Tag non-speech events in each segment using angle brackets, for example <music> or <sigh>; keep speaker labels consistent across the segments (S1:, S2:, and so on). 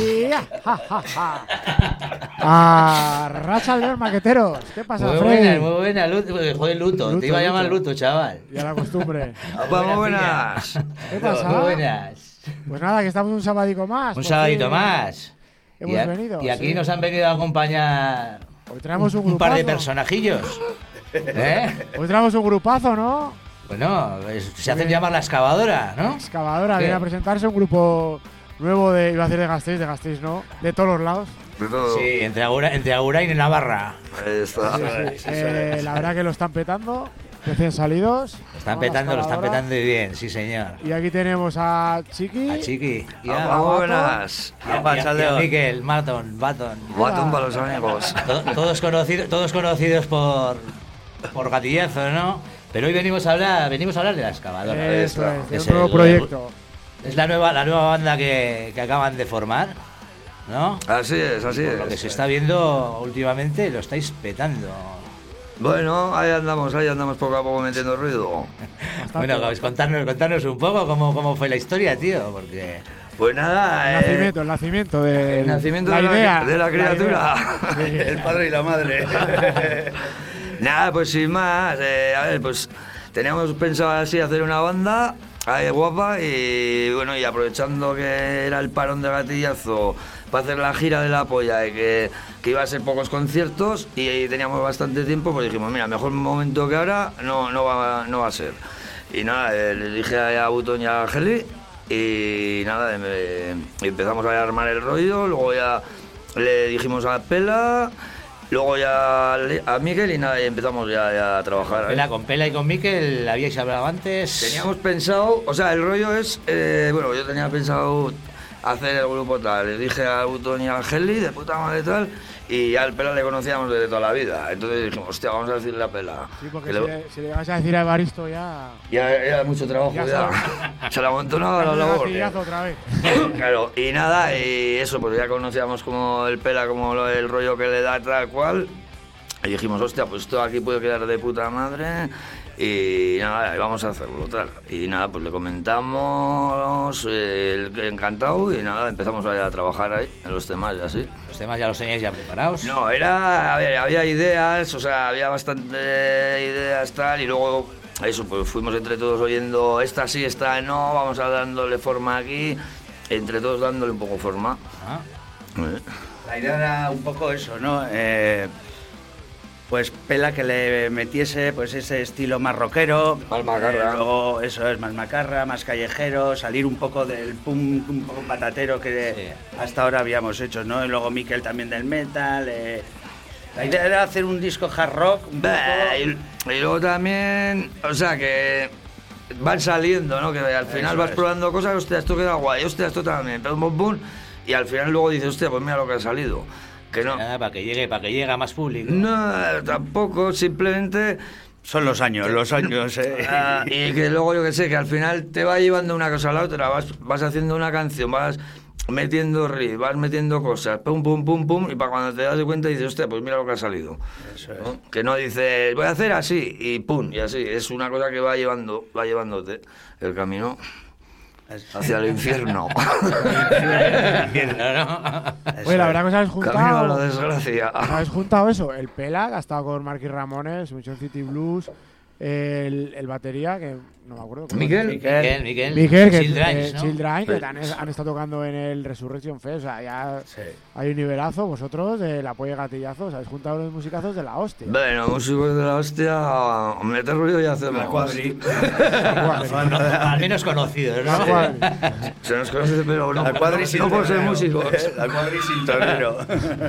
S1: Ja, ja,
S2: <laughs>
S1: ja. Arracha el maqueteros. ¿Qué pasa,
S2: Muy
S1: Freddy?
S2: buena, muy buena, Luto. Joder, Luto,
S1: Luto,
S2: te iba a llamar
S1: Luto.
S2: Luto, chaval.
S1: Ya la costumbre.
S3: <laughs> Vamos, buenas.
S1: ¿Qué
S2: Muy
S1: pasa?
S2: buenas.
S1: Pues nada, que estamos un sabadico más.
S2: Un
S1: porque
S2: sabadito más.
S1: Hemos
S2: y, a-
S1: venido.
S2: y aquí
S1: sí.
S2: nos han venido a acompañar
S1: Hoy traemos un,
S2: un par de
S1: grupazo.
S2: personajillos. ¿Eh?
S1: Hoy traemos un grupazo, ¿no?
S2: Bueno, es- se hacen llamar la excavadora, ¿no?
S1: Excavadora
S2: Sí.
S1: viene a presentarse un grupo nuevo de. Iba a decir de Gasteiz, de Gasteiz, ¿no? De todos los lados.
S3: De todo.
S2: Sí, entre Agura, entre Agurain y Navarra.
S3: Ahí está.
S1: Sí, sí. Eh, la verdad que lo están petando. Recién salidos.
S2: Lo están
S1: Vamos,
S2: petando, lo están
S1: Ah, excavadora.
S2: petando y bien, sí, señor.
S1: Y aquí tenemos a Chiqui.
S2: A Chiqui. Y a,
S3: Vamos,
S1: guapo.
S3: Ah, buenas.
S2: y a-
S3: Apa,
S2: y a- y a
S3: chaldeón.
S2: Miquel, Marton, Baton.
S3: Guatón para los amigos.
S2: To- Todos conocidos, todos conocidos por, por gatillazo, ¿no? Pero hoy venimos a hablar, venimos a hablar de la excavadora.
S3: Eh,
S1: Eso
S3: Ahí está.
S1: es, de
S2: Es
S1: un nuevo
S2: el-
S1: proyecto.
S2: Es la nueva, la nueva banda que, que acaban de formar, ¿no?
S3: Así es, así
S2: Por lo que
S3: es.
S2: se está viendo últimamente, lo estáis petando.
S3: Bueno, ahí andamos, ahí andamos poco a poco metiendo ruido.
S2: Bueno, pues contarnos, contarnos un poco cómo, cómo fue la historia, tío, porque
S3: Pues
S1: El
S3: nada, eh,
S1: nacimiento, el nacimiento de
S3: el nacimiento
S1: la
S3: de, la,
S1: idea,
S3: de la criatura. <laughs>
S1: idea. Sí.
S3: padre y
S1: <laughs>
S3: la madre. nada, pues sin más. eh, a ver, pues teníamos pensado así hacer una banda. ahí guapa y bueno, y aprovechando que era el parón de gatillazo para hacer la gira de la polla y que, que iba a ser pocos conciertos y teníamos bastante tiempo, pues dijimos, mira, mejor momento que ahora no, no, va, no va a ser. Y nada, eh, le dije a Butón y a Geli y nada, em- empezamos a armar el rollo, luego ya le dijimos a Pela, luego ya le- a Miguel y nada, y empezamos ya, ya a trabajar.
S2: Pela- con Pela y con Miquel habíais hablado antes.
S3: Teníamos pensado, o sea, el rollo es, eh, bueno, yo tenía pensado hacer el grupo tal, le dije a Butón y a Angeli de puta madre tal, y al Pela le conocíamos desde toda la vida, entonces dijimos, hostia, vamos a decirle a Pela.
S1: Sí, porque
S3: Que
S1: si
S3: le-
S1: le, si le llegas a decir a Evaristo ya.
S3: Ya era mucho trabajo,
S1: Ya
S3: ya.
S1: se
S3: <laughs> Se la amontonaba la
S1: Hazle
S3: labor.
S1: gatillazo otra vez.
S3: <laughs> Claro, y nada, y eso, pues ya conocíamos como el pela, como lo- el rollo que le da tal cual. Y dijimos, hostia, pues esto aquí puede quedar de puta madre. Y nada, y vamos a hacerlo, tal. Y nada, pues le comentamos, eh, el encantado, y nada, empezamos a, a trabajar ahí, en los temas y así.
S2: Los temas ya los teníais ya preparados.
S3: No, era. A ver, había ideas, o sea, había bastante ideas tal, y luego. Eso, pues fuimos entre todos oyendo esta sí, esta no, vamos a dándole forma aquí, entre todos dándole un poco forma.
S2: Ah,
S3: Eh,
S4: La idea era un poco eso, ¿no? Eh, pues Pela que le metiese pues ese estilo más rockero.
S3: Más macarra.
S4: eh, luego eso es más macarra, más callejero, salir un poco del pum, un poco patatero que hasta ahora habíamos hecho, ¿no? Y luego Miquel también del metal. eh. La idea era hacer un disco hard rock. Un poco,
S3: bah, Y, y luego también, o sea, que van saliendo, ¿no? Que al final
S4: Eso
S3: vas
S4: es.
S3: probando cosas, hostia, esto queda guay, hostia, esto también, pum, pum, pum, y al final luego dices, hostia, pues mira lo que ha salido. Que no,
S2: Nada, para que llegue, para que llegue a más público.
S3: no, tampoco, simplemente
S4: Son los años, los años. eh.
S3: <laughs> Ah, y que luego yo que sé, que al final te va llevando una cosa a la otra, vas, vas haciendo una canción, vas metiendo riff, vas metiendo cosas, pum, pum, pum, pum, y para cuando te das de cuenta dices, hostia, pues mira lo que ha salido. ¿No? Que no dices, voy a hacer así, y pum, y así. Es una cosa que va llevando, va llevándote el camino hacia el infierno. <laughs>
S2: Entiendo, ¿no?
S1: Oye, la verdad que os habéis
S3: camino a la
S1: juntado.
S3: desgracia.
S1: os habéis juntado eso. El Pela, que ha estado con Marquis Ramones, Mission City Blues. El, el batería, que no me acuerdo. cómo
S3: Miguel.
S2: Miquel, Miquel.
S1: se- Miguel, que,
S2: Children's,
S1: eh,
S2: ¿no?
S1: Children, que han, han estado tocando en el Resurrection Fest. O sea, ya hay un nivelazo. Vosotros, del apoyo gatillazo, os habéis juntado los musicazos de la hostia.
S3: Bueno, músicos de la hostia, meter ruido y hacerlo.
S4: <laughs>
S2: No, al menos conocidos,
S1: Tal
S2: ¿no?
S1: cual.
S3: Se nos conoce, <laughs> pero no,
S4: La cuadri
S3: no,
S4: sin
S3: no por ser
S4: torero.
S3: músicos. <laughs>
S4: La cuadri sin torero.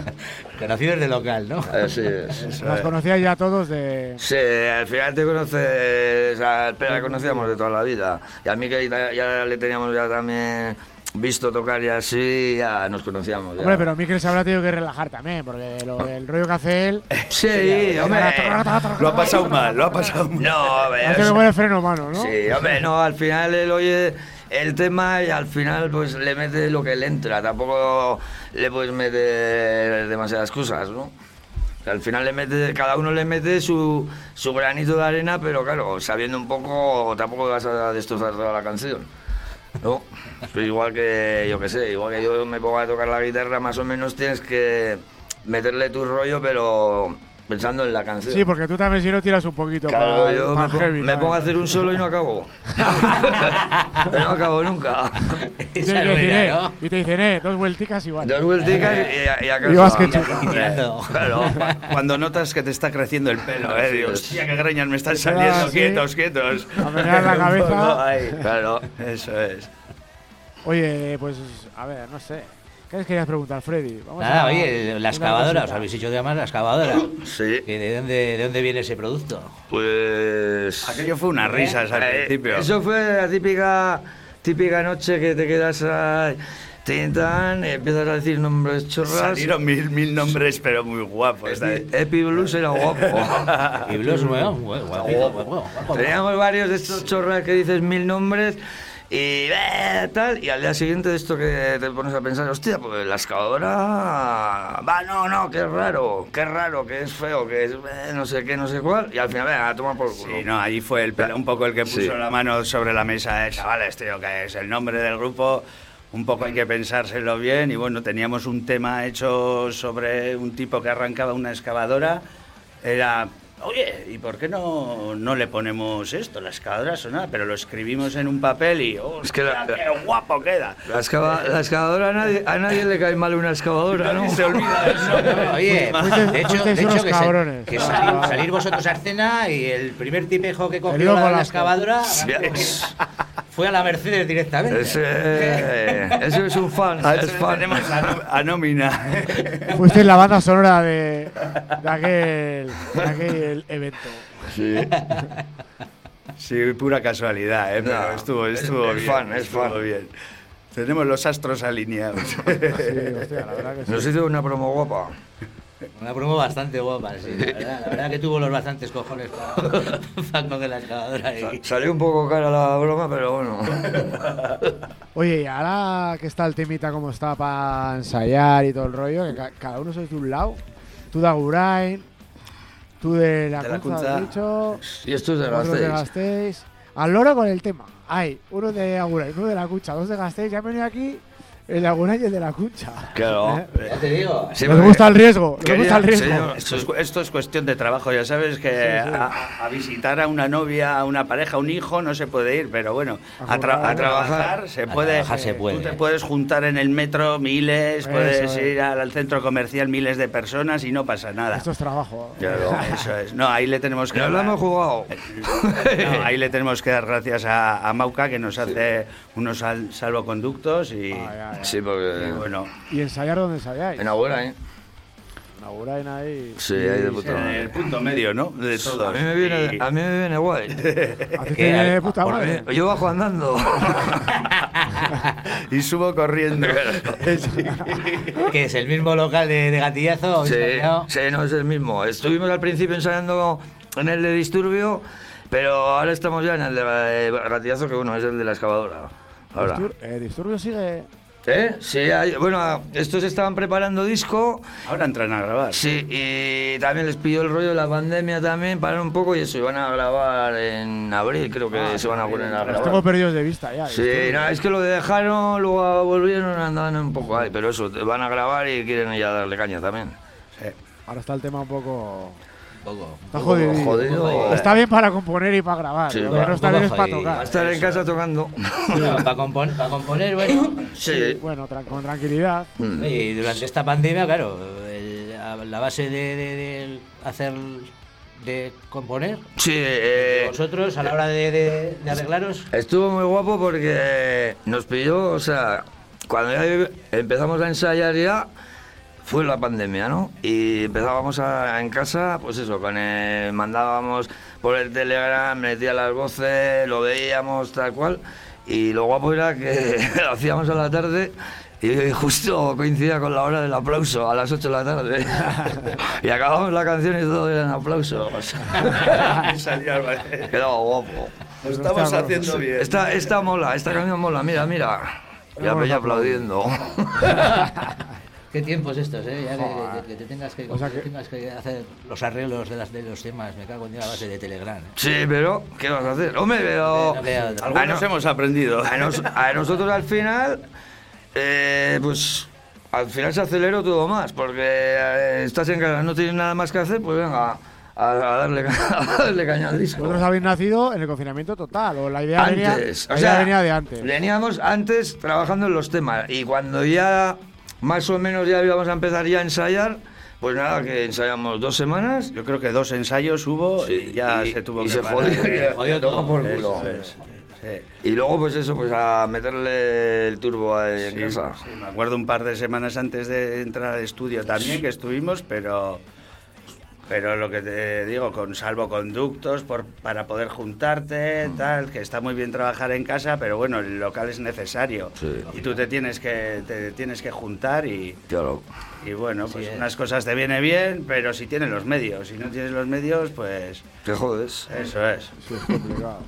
S4: <laughs>
S2: Conocidos de local, ¿no? <laughs>
S3: Así <laughs> es.
S1: Nos conocíais ya todos de.
S3: Sí, al final te conoces, a Pera la conocíamos de toda la vida. Y a mí que ya, ya le teníamos ya también visto tocar y así, ya nos conocíamos. ya. Ah.
S1: Hombre, pero Mikel se habrá tenido que relajar también, porque lo, el rollo que hace
S3: <laughs>
S1: él.
S3: Sí, hombre.
S4: Lo ha pasado mal, lo ha pasado
S3: <laughs>
S4: mal.
S3: No, hombre.
S1: Hace que pone freno mano, ¿no?
S3: Sí, hombre, no, al final él oye el tema y al final pues le mete lo que le entra, tampoco le puedes meter demasiadas cosas, ¿no? Que Al final le mete, cada uno le mete su, su granito de arena, pero claro, sabiendo un poco, tampoco vas a destrozar toda la canción. No, pero igual que yo que sé, igual que yo me pongo a tocar la guitarra, más o menos tienes que meterle tu rollo, pero pensando en la canción.
S1: Sí, porque tú también si no tiras un poquito
S3: Claro,
S1: para,
S3: yo me,
S1: para
S3: pon-
S1: heavy,
S3: me
S1: ¿sabes?
S3: pongo a hacer un solo y no
S1: <laughs>
S3: acabo. <laughs> no acabo nunca. <laughs>
S1: Y
S2: Esa
S1: te,
S2: es la
S1: dicen, eh,
S2: idea, ¿no?
S1: y te dicen, eh, dos vuelticas igual.
S3: Dos vueltas y, y, acabo.
S1: Y vas que chupa.
S2: Tirando.
S3: Claro.
S4: <laughs> Cuando notas que te está creciendo el pelo, eh,
S3: Sí,
S4: digo,
S3: es.
S4: hostia, qué greñas me están
S1: queda
S4: saliendo,
S1: así.
S4: quietos, <laughs> quietos.
S1: A menear
S3: <laughs>
S1: la
S4: Un
S1: cabeza.
S4: poco ahí.
S3: Claro.
S4: Eso es.
S3: eh.
S1: Oye, pues a ver, no sé. ¿Qué les querías preguntar, Freddy? Vamos
S2: Nada,
S1: a-
S2: oye, la
S1: una
S2: excavadora, os
S1: cosita.
S2: habéis dicho que además la excavadora.
S3: Sí.
S2: ¿Que ¿De dónde, ¿De dónde viene ese producto?
S3: Pues.
S4: Aquello fue unas risas al
S3: Eh,
S4: principio.
S3: Eso fue la típica, típica noche que te quedas ahí, te entran, empiezas a decir nombres chorras.
S4: Salieron mil, mil nombres, pero muy guapos.
S3: Este,
S4: ¿eh?
S3: Epi Blues era
S4: <laughs>
S3: guapo.
S2: Y Blues, nuevo, guapo, guapo, guapo.
S3: Teníamos varios de estos chorras que dices mil nombres y eh, tal. Y al día siguiente de esto que te pones a pensar, hostia, pues la excavadora. Va, no, no, qué raro, qué raro, que es feo, que es eh, no sé qué, no sé cuál. Y al final, venga, a tomar por culo.
S4: Sí, no, ahí fue el, pela- un poco el que puso
S3: Sí.
S4: la mano sobre la mesa, eh, chavales, tío, que es el nombre del grupo, un poco hay que pensárselo bien y bueno, teníamos un tema hecho sobre un tipo que arrancaba una excavadora, era, oye, ¿y por qué no, no le ponemos esto, la excavadora sonada? Pero lo escribimos en un papel y, oh,
S3: Es que la-
S4: qué guapo queda.
S3: La, excava- la excavadora, a nadie, a nadie le cae mal una excavadora, ¿no?
S4: Nadie se olvida de eso.
S2: Oye, pues,
S1: Fuisteis-
S2: de hecho, de
S1: fuisteis
S2: hecho
S1: unos
S2: que, sal-
S1: cabrones.
S2: que
S1: Ah.
S2: salir, salir vosotros a escena y el primer tipejo que cogió
S1: loco
S2: la, la
S1: Lasco.
S2: excavadora
S3: Sí,
S2: arrancó-
S3: es-
S2: fue a la Mercedes directamente.
S3: Ese, ese Eh, es un fan,
S4: <laughs>
S3: es fan.
S4: Ah, Tenemos la no- a nómina.
S1: <laughs>
S3: <laughs>
S1: Fuiste la banda sonora de, de aquel, de aquel evento.
S3: Sí.
S4: Sí, pura casualidad, ¿eh? pero
S3: No,
S4: estuvo,
S3: es-
S4: estuvo
S3: es
S4: bien.
S3: fan, es
S4: estuvo
S3: fan.
S4: bien. Tenemos los astros alineados.
S1: Sí, hostia, la verdad que sí.
S3: Nos hizo una promo guapa.
S2: Una promo bastante guapa, sí. La verdad, la verdad que tuvo los bastantes cojones para, para coger la excavadora.
S3: Sa-
S2: Y...
S3: Salió un poco cara la broma, pero bueno.
S4: <laughs>
S1: Oye, y ahora que está el temita como está para ensayar y todo el rollo, que ca- cada uno sois de un lado. Tú de Agurain, tú de la,
S4: De la
S1: Cunza,
S4: Cunza.
S1: has dicho,
S3: Y esto es de
S1: otros de
S3: Gasteiz.
S1: Gasteiz. Al loro con el tema. Hay uno de Agurain, uno de la Cuncha, dos de Gasteiz. Ya han venido aquí el de Agurain y el de la Cuncha.
S3: Claro.
S2: Ya te digo.
S3: Sí,
S1: nos
S3: porque
S1: gusta el riesgo, nos
S3: quería-
S1: gusta el riesgo.
S3: sí, yo-
S4: <laughs> Esto es, cu- esto es cuestión de trabajo, ya sabes que A, a visitar a una novia, a una pareja, a un hijo no se puede ir, pero bueno,
S1: A
S4: a, tra-
S1: jugar.
S4: a trabajar se
S2: A
S4: puede.
S2: trabajar se puede.
S4: Tú te puedes juntar en el metro miles,
S1: Eso
S4: puedes
S1: es.
S4: ir al, al centro comercial miles de personas y no pasa nada.
S1: Esto es trabajo.
S4: Claro, eso es. No, ahí le tenemos que
S3: No lo
S4: dar-
S3: hemos jugado.
S4: No, ahí le tenemos que dar gracias a, a Mauca que nos hace unos sal- salvoconductos
S1: Ay,
S4: y,
S1: ay, ay.
S3: <laughs> Sí,
S4: y
S3: porque.
S4: bueno,
S1: Y ensayar donde ensayáis.
S3: En abuela, ¿eh?
S1: En Agurain ahí.
S3: Sí, ahí de puta
S4: en el
S3: madre.
S4: punto medio, ¿no? De todos.
S3: A mí me viene,
S4: Y-
S3: a mí me viene guay.
S1: A ti te
S2: Que
S1: viene
S2: al-
S1: de puta
S3: Por
S1: madre.
S3: mí- yo bajo <laughs> andando.
S4: y subo corriendo.
S2: Que es el mismo local de, de gatillazo.
S3: Sí,
S2: ¿habéis cambiado?
S3: sí, no es el mismo. Estuvimos al principio ensayando en el de Disturbio, pero ahora estamos ya en el de eh, Gatillazo, que bueno, es el de la excavadora. Ahora.
S1: Distur- eh, Disturbio sigue.
S3: ¿Eh? Sí, hay- bueno, estos estaban preparando disco,
S4: Ahora entran a grabar.
S3: sí, y también les pidió el rollo de la pandemia también, pararon un poco y eso, iban a grabar en abril, creo que
S1: Ah,
S3: se van a poner a
S1: Los tengo
S3: grabar.
S1: perdidos de vista ya.
S3: Sí,
S1: Disturbio.
S3: no, es que lo dejaron, luego volvieron, andaban un poco ahí, pero eso, te van a grabar y quieren ya darle caña también.
S1: Ahora está el tema un poco.
S2: Un poco.
S1: Está jodido.
S3: Jodido. eh,
S1: Está bien para componer y para grabar.
S3: Sí,
S1: lo
S3: va,
S1: que no está
S2: un
S1: bien es
S2: poco
S1: para
S2: jodido.
S1: tocar.
S3: Va a estar en
S1: eh.
S3: casa tocando.
S2: para, compon- para componer, bueno.
S3: Sí.
S1: Bueno, tran- con tranquilidad.
S2: Y durante esta pandemia, claro, el- a la base de, de- de hacer, de componer,
S3: Sí, eh,
S2: vosotros a la hora de, de- de arreglaros,
S3: estuvo muy guapo porque nos pidió, o sea, cuando ya empezamos a ensayar ya, fue la pandemia, ¿no? Y empezábamos a- en casa, pues eso, con el- mandábamos por el Telegram, metía las voces, lo veíamos tal cual, y lo guapo era que <laughs> lo hacíamos a la tarde. Y justo coincidía con la hora del aplauso, a las 8 de la tarde. <laughs> y acabamos la canción y todo eran aplausos.
S4: <laughs> Salió al-
S3: <laughs> Quedaba guapo.
S4: Lo estamos haciendo bien.
S3: Esta, esta mola, esta canción mola, mira, mira. Ya
S1: Vamos
S3: me
S1: a
S3: aplaudiendo.
S2: Qué tiempos estos, ¿eh? Ya que-
S1: Joder.
S2: que, que te tengas que,
S1: O sea
S2: que
S1: que-
S2: tengas que hacer los arreglos de, las, de los temas. Me cago en la base de Telegram. ¿eh?
S3: Sí, pero ¿qué vas a hacer? Hombre, pero
S2: No queda otra.
S3: a,
S4: Algunos
S3: no-
S4: hemos aprendido.
S3: a nos- a nosotros al final, eh, pues al final se aceleró todo más, porque eh, estás en casa, no tienes nada más que hacer, pues venga, a, a darle, ca- <laughs> a darle caña al disco.
S1: Vosotros habéis nacido en el confinamiento total, o la idea, venía,
S3: Antes,
S1: la
S3: o
S1: idea
S3: sea,
S1: venía de antes.
S3: Veníamos antes trabajando en los temas y cuando ya más o menos ya íbamos a empezar ya a ensayar, pues nada, que ensayamos dos semanas
S4: Yo creo que dos ensayos hubo
S3: Sí,
S4: y ya
S3: y-
S4: se tuvo
S3: y
S4: que
S3: se
S4: parar.
S3: jodió,
S4: Eh,
S3: se jodió todo por
S4: eso
S3: culo.
S4: es.
S3: y
S4: Sí.
S3: luego pues eso, pues a meterle el turbo ahí en
S4: Sí,
S3: casa.
S4: sí, me acuerdo un par de semanas antes de entrar al estudio también que estuvimos, pero pero lo que te digo, con salvoconductos por, para poder juntarte,
S3: Mm.
S4: tal, que está muy bien trabajar en casa, pero bueno, el local es necesario.
S3: Sí.
S4: Y tú te tienes que te tienes que juntar y,
S3: Claro. eh.
S4: y bueno, pues
S2: es.
S4: unas cosas te viene bien, pero si tienes los medios, si no tienes los medios, pues
S3: Te jodes.
S4: eso es.
S1: Sí, es complicado.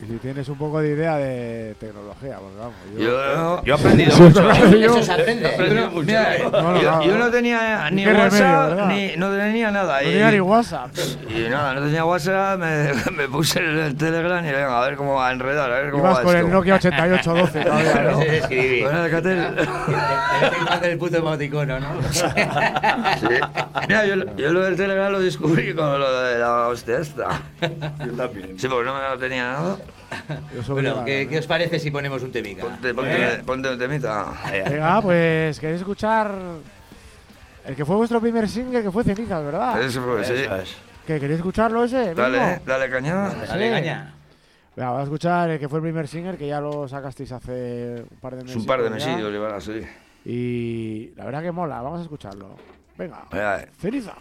S1: Y si tienes un poco de idea de tecnología, porque vamos, yo-
S3: Yo,
S4: Yo
S3: <laughs>
S4: he aprendido
S1: Sí,
S4: mucho. ¿eh?
S1: claro. <laughs> Yo-
S2: Eso se aprende.
S3: Yo no- mira, eh,
S1: No, no,
S3: yo-
S1: no,
S3: yo
S1: no.
S3: no tenía ni
S1: Qué remedio, ¿verdad?
S3: WhatsApp, ni, no tenía nada.
S1: no
S3: y-
S1: tenía ni WhatsApp.
S3: <laughs> Y nada, no tenía WhatsApp, me, <laughs> me puse en el Telegram y venga, a ver cómo va a enredar, a ver cómo
S1: Ibas
S3: va
S1: con
S3: esto.
S1: el Nokia 8812 todavía,
S3: <laughs>
S1: ¿no?
S2: Sí, escribí.
S3: Con el Alcatel.
S2: El tema del puto emoticono, <laughs> ¿no?
S3: Sí. Mira, yo, yo lo del Telegram lo descubrí con lo de la hostia esta.
S4: Yo también.
S3: Sí, porque no me lo tenía nada.
S1: Yo sobre
S2: Bueno,
S1: la-
S2: ¿qué, qué os parece si ponemos un temica?
S3: Ponte, ponte, ponte un temita.
S1: Venga, pues queréis escuchar el que fue vuestro primer single, que fue Cenizas, ¿verdad?
S3: Eso fue, sí.
S4: Eso es.
S1: ¿Que queréis escucharlo ese?
S3: Dale,
S1: mismo?
S3: dale caña.
S2: Dale,
S1: Sí.
S2: caña.
S1: Venga, voy a escuchar el que fue el primer single, que ya lo sacasteis hace un par de
S3: Es
S1: meses.
S3: un par de
S1: ya.
S3: mesillos, llevar así.
S1: Y la verdad que mola, vamos a escucharlo. Venga,
S3: Venga, eh.
S1: Ceniza.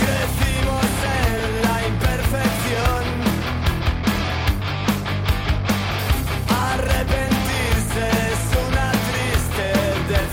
S5: Crecimos en la imperfección, arrepentirse es una tristeza.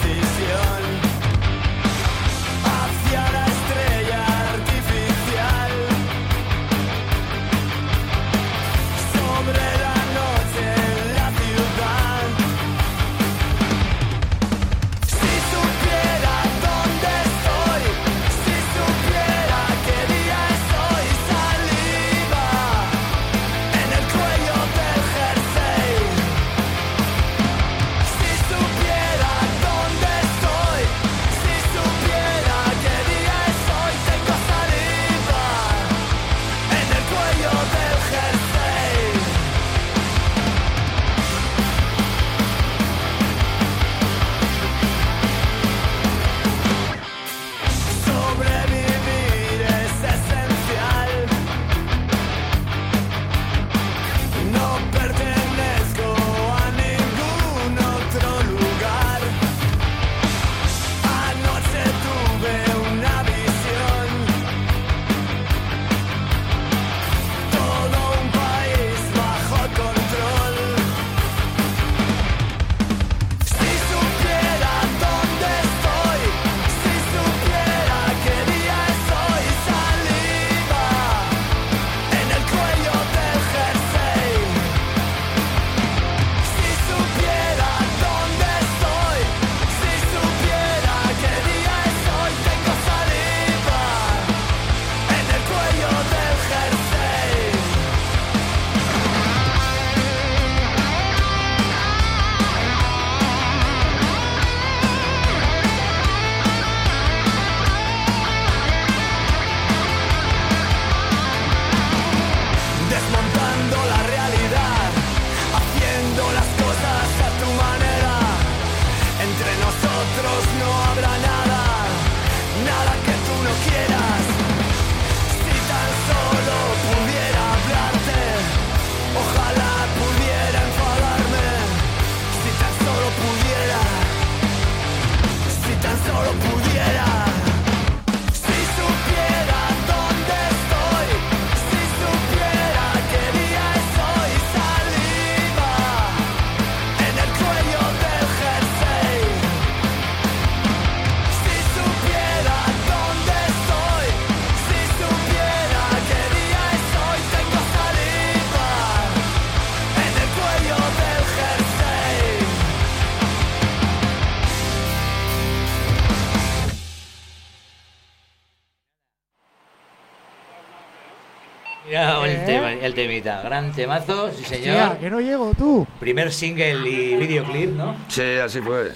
S1: ¿Eh?
S2: tema- el temita. Gran temazo, sí
S1: Tía,
S2: señor.
S1: ah, que no llego tú.
S2: Primer single y videoclip, ¿no?
S3: Sí, así fue.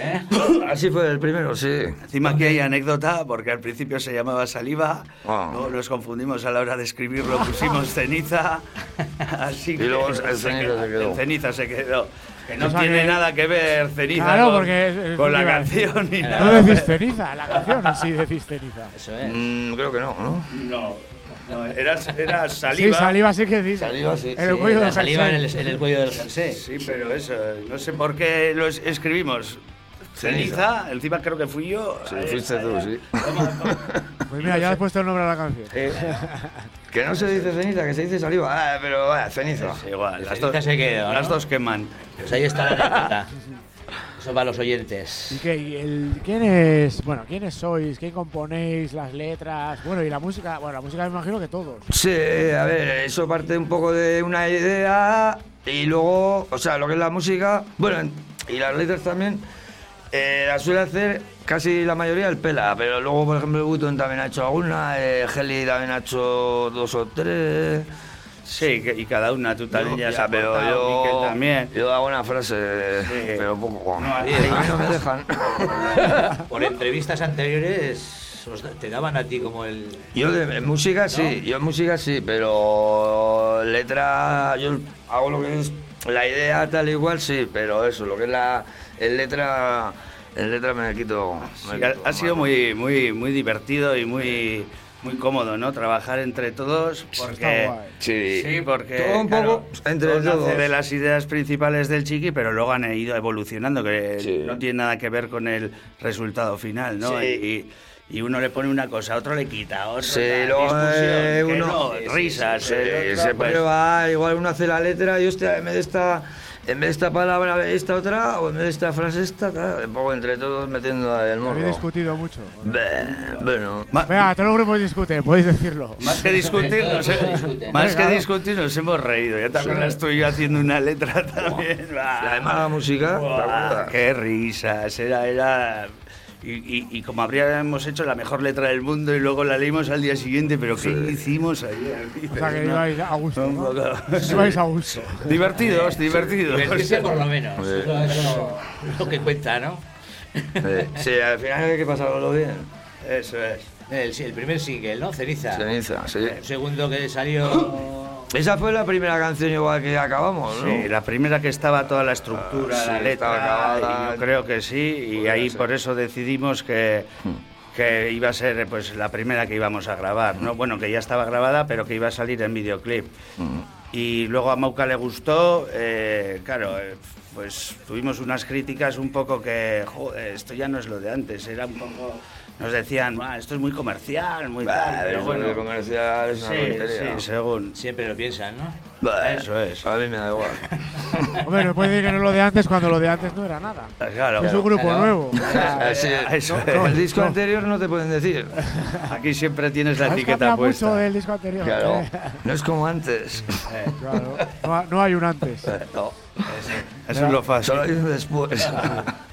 S2: ¿Eh?
S3: Así fue el primero, sí.
S4: Encima aquí hay anécdota, porque al principio se llamaba saliva,
S3: Ah.
S4: luego nos confundimos a la hora de
S1: <laughs>
S4: escribirlo, pusimos ceniza, así que
S3: luego en ceniza se quedó.
S4: en ceniza se quedó. Que no
S1: O sea
S4: tiene
S1: que-
S4: nada que ver ceniza
S1: Claro,
S4: con,
S1: porque es- es
S4: con
S1: lo que
S4: la
S1: iba a decir.
S4: canción ni
S1: No
S4: nada.
S1: decís ceniza, la canción así decís ceniza.
S2: Eso es.
S3: Mm, creo que no, ¿no?
S4: No, no, era, era
S1: Sí,
S4: saliva.
S1: saliva sí que decís.
S3: Saliva, sí,
S1: En el
S2: Sí,
S1: cuello
S2: la
S1: del
S2: saliva en el,
S1: jersey.
S2: en el cuello del jersey.
S4: Sí, pero eso, no sé por qué lo es- escribimos.
S3: Ceniza.
S4: Ceniza, encima creo que fui yo. Eh,
S3: Sí,
S4: Ahí
S3: fuiste
S4: está,
S3: tú,
S4: ya.
S3: sí.
S4: Toma,
S3: <laughs>
S4: toma.
S1: Pues mira, ya has puesto el nombre a la canción.
S3: Que no se dice ceniza, que se dice saliva. Ah, pero vaya, ceniza.
S4: Es igual, las
S2: Ceniza
S4: dos,
S2: se quedó,
S4: las
S2: ¿no?
S4: dos queman.
S2: Pues
S1: <laughs>
S2: ahí está la anécdota. Eso para los oyentes.
S1: ¿Y qué? ¿Y el, ¿Quién es? Bueno, ¿quiénes sois? ¿Quién componéis? ¿Las letras? Bueno, y la música. Bueno, la música me imagino que todos.
S3: Sí, a ver, eso parte un poco de una idea y luego, o sea, lo que es la música, bueno, y las letras también, eh, las suele hacer casi la mayoría el Pela, pero luego, por ejemplo, Button también ha hecho alguna, eh, Heli también ha hecho dos o tres.
S4: Sí, que- y cada una, tú también
S3: Yo-
S4: ya,
S3: ya,
S4: sabes,
S3: pero yo,
S4: también.
S3: yo hago una frase,
S4: Sí.
S3: pero poco.
S4: No, a ti.
S3: a mí no me dejan.
S2: Por entrevistas anteriores os da- te daban a ti como el...
S3: Yo de en música sí, yo en música sí, pero letra, yo hago lo que es la idea tal igual sí, pero eso, lo que es la en letra, en letra me quito. me
S4: <laughs> Sí, ha,
S3: quito
S4: ha sido
S3: mano.
S4: muy, muy, muy divertido y muy, muy cómodo, ¿no? Trabajar entre todos porque...
S1: Está guay.
S3: Sí.
S4: Sí, porque...
S3: Todo un poco entre
S4: todo nace
S3: todos.
S4: de las ideas principales del chiqui, pero luego han ido evolucionando, que
S3: Sí.
S4: no tiene nada que ver con el resultado final, ¿no?
S3: Sí.
S4: Y, y uno le pone una cosa, otro le quita, otro...
S3: Sí,
S4: tal,
S3: luego
S4: discusión,
S3: eh,
S4: que
S3: uno
S4: no, risas...
S3: sí,
S4: el otro,
S3: se
S4: pues,
S3: prueba, igual uno hace la letra y hostia, en vez de esta, en vez de esta palabra esta otra, o en vez de esta frase esta, tal, un poco entre todos metiendo el
S1: Habéis
S3: morro.
S1: discutido mucho.
S3: Beh, Bueno,
S4: ma-
S1: Venga, todos los grupos discuten, podéis decirlo.
S4: Más que discutir, nos,
S2: Discuten.
S4: más que
S1: Claro.
S4: discutir, nos hemos reído. Ya también estoy yo haciendo una letra también. va.
S3: la de mala música,
S4: Buah,
S3: ¿te acuerdas?
S4: qué risas. Era, era. Y, y- y como habríamos hecho la mejor letra del mundo y luego la leímos al día siguiente, pero ¿qué hicimos ayer?
S1: O sea, que ibais a gusto,
S4: Un
S1: ¿no?
S4: poco-
S1: Ibais a gusto.
S4: Divertidos, divertidos.
S2: Divertirse por lo menos.
S3: Sí.
S2: Eso eso es lo que cuenta, ¿no?
S3: Sí, sí, al final hay que pasarlo bien.
S4: Eso es.
S2: El, el primer single, ¿no? Ceniza.
S3: Ceniza, sí.
S2: El segundo que salió...
S3: eh, Esa fue la primera canción igual que acabamos, ¿no?
S4: Sí, la primera que estaba toda la estructura,
S3: Ah, sí,
S4: la letra,
S3: estaba acabada.
S4: y yo creo que sí, y
S3: Podría
S4: ahí
S3: ser. Hmm.
S4: por eso decidimos que, que iba a ser pues la primera que íbamos a grabar, ¿no? Bueno, que ya estaba grabada, pero que iba a salir en videoclip.
S3: Hmm.
S4: Y luego a Mauca le gustó, eh, claro, eh, pues tuvimos unas críticas un poco que, joder, esto ya no es lo de antes, era un poco... Nos decían, "Ah, esto es muy comercial, muy
S3: Bah,
S4: tal,
S3: pero
S4: pero
S3: bueno, el
S4: bueno...
S3: comercial es una
S4: Sí,
S3: tontería.
S4: sí, según...
S2: Siempre lo piensan, ¿no?
S3: Bah,
S4: Eso es.
S3: A mí me da <laughs> igual.
S1: <laughs> Hombre, no puede decir que no es lo de antes cuando lo de antes no era nada.
S4: Claro,
S1: Es un grupo
S2: claro.
S1: nuevo.
S3: Ah, sí,
S4: eso
S3: no,
S4: es.
S3: el disco anterior no te pueden decir.
S4: Aquí siempre tienes la
S1: Has
S4: etiqueta
S1: cambiado
S4: puesta.
S1: mucho del disco anterior.
S3: Claro.
S1: ¿eh?
S3: No es como antes.
S1: <laughs> Claro. No, ha- no hay un antes.
S3: Eh, No.
S4: Eso es lo fácil.
S3: Solo hay un después.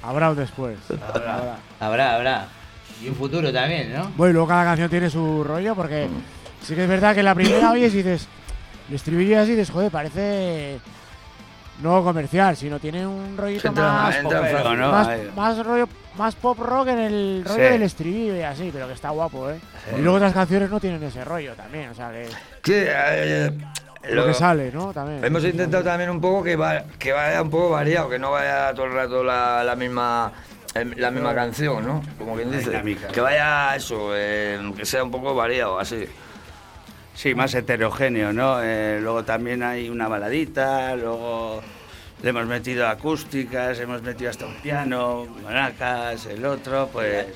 S1: Habrá un después. Habrá.
S2: Habrá, habrá. Y un futuro también, ¿no?
S1: Bueno, y luego cada canción tiene su rollo porque sí que es verdad que la primera oyes y dices, el estribillo así y dices, joder, parece no comercial, sino tiene un rollito
S3: Entra-
S1: más,
S3: entra
S4: popero,
S3: fácil.
S4: ¿no?
S1: más,
S4: Ahí.
S1: más rollo más pop rock en el rollo
S4: Sí.
S1: del estribillo y así, pero que está guapo, ¿eh? Y luego otras canciones no tienen ese rollo también, o sea que
S3: Que, eh,
S1: lo,
S3: lo-
S1: que sale, ¿no? También.
S3: Hemos intentado también un poco que, va- que vaya un poco variado, que no vaya todo el rato la, la misma em, la misma canción, ¿no? Como quien dice.
S4: dinámica.
S3: Que vaya eso, eh, que sea un poco variado, así.
S4: Sí, más heterogéneo, ¿no? Eh, luego también hay una baladita, luego le hemos metido acústicas, hemos metido hasta un piano, maracas, el otro, pues...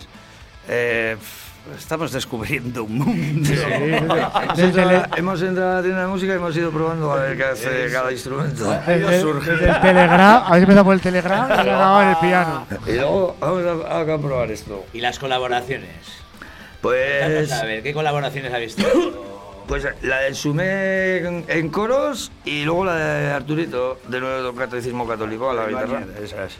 S4: eh, pf, estamos descubriendo un mundo. <laughs>
S1: Sí,
S3: Hemos
S1: Desde,
S3: entrado,
S1: le-
S3: a- hemos entrado a la tienda de música y hemos ido probando a ver qué hace cada instrumento.
S1: desde-
S4: surge.
S1: desde Eh, el Telegram, habéis empezado por el Telegram
S3: <laughs>
S1: y habéis acabado en el piano.
S3: Y luego vamos a, a comprobar esto.
S2: Y las colaboraciones.
S3: Pues,
S2: Vamos a ver, ¿qué colaboraciones habéis
S3: <laughs>
S2: tenido?
S3: pues la de Sumé en, en coros y luego la de Arturito, de nuevo Catecismo Católico, a la guitarra.
S4: Esas.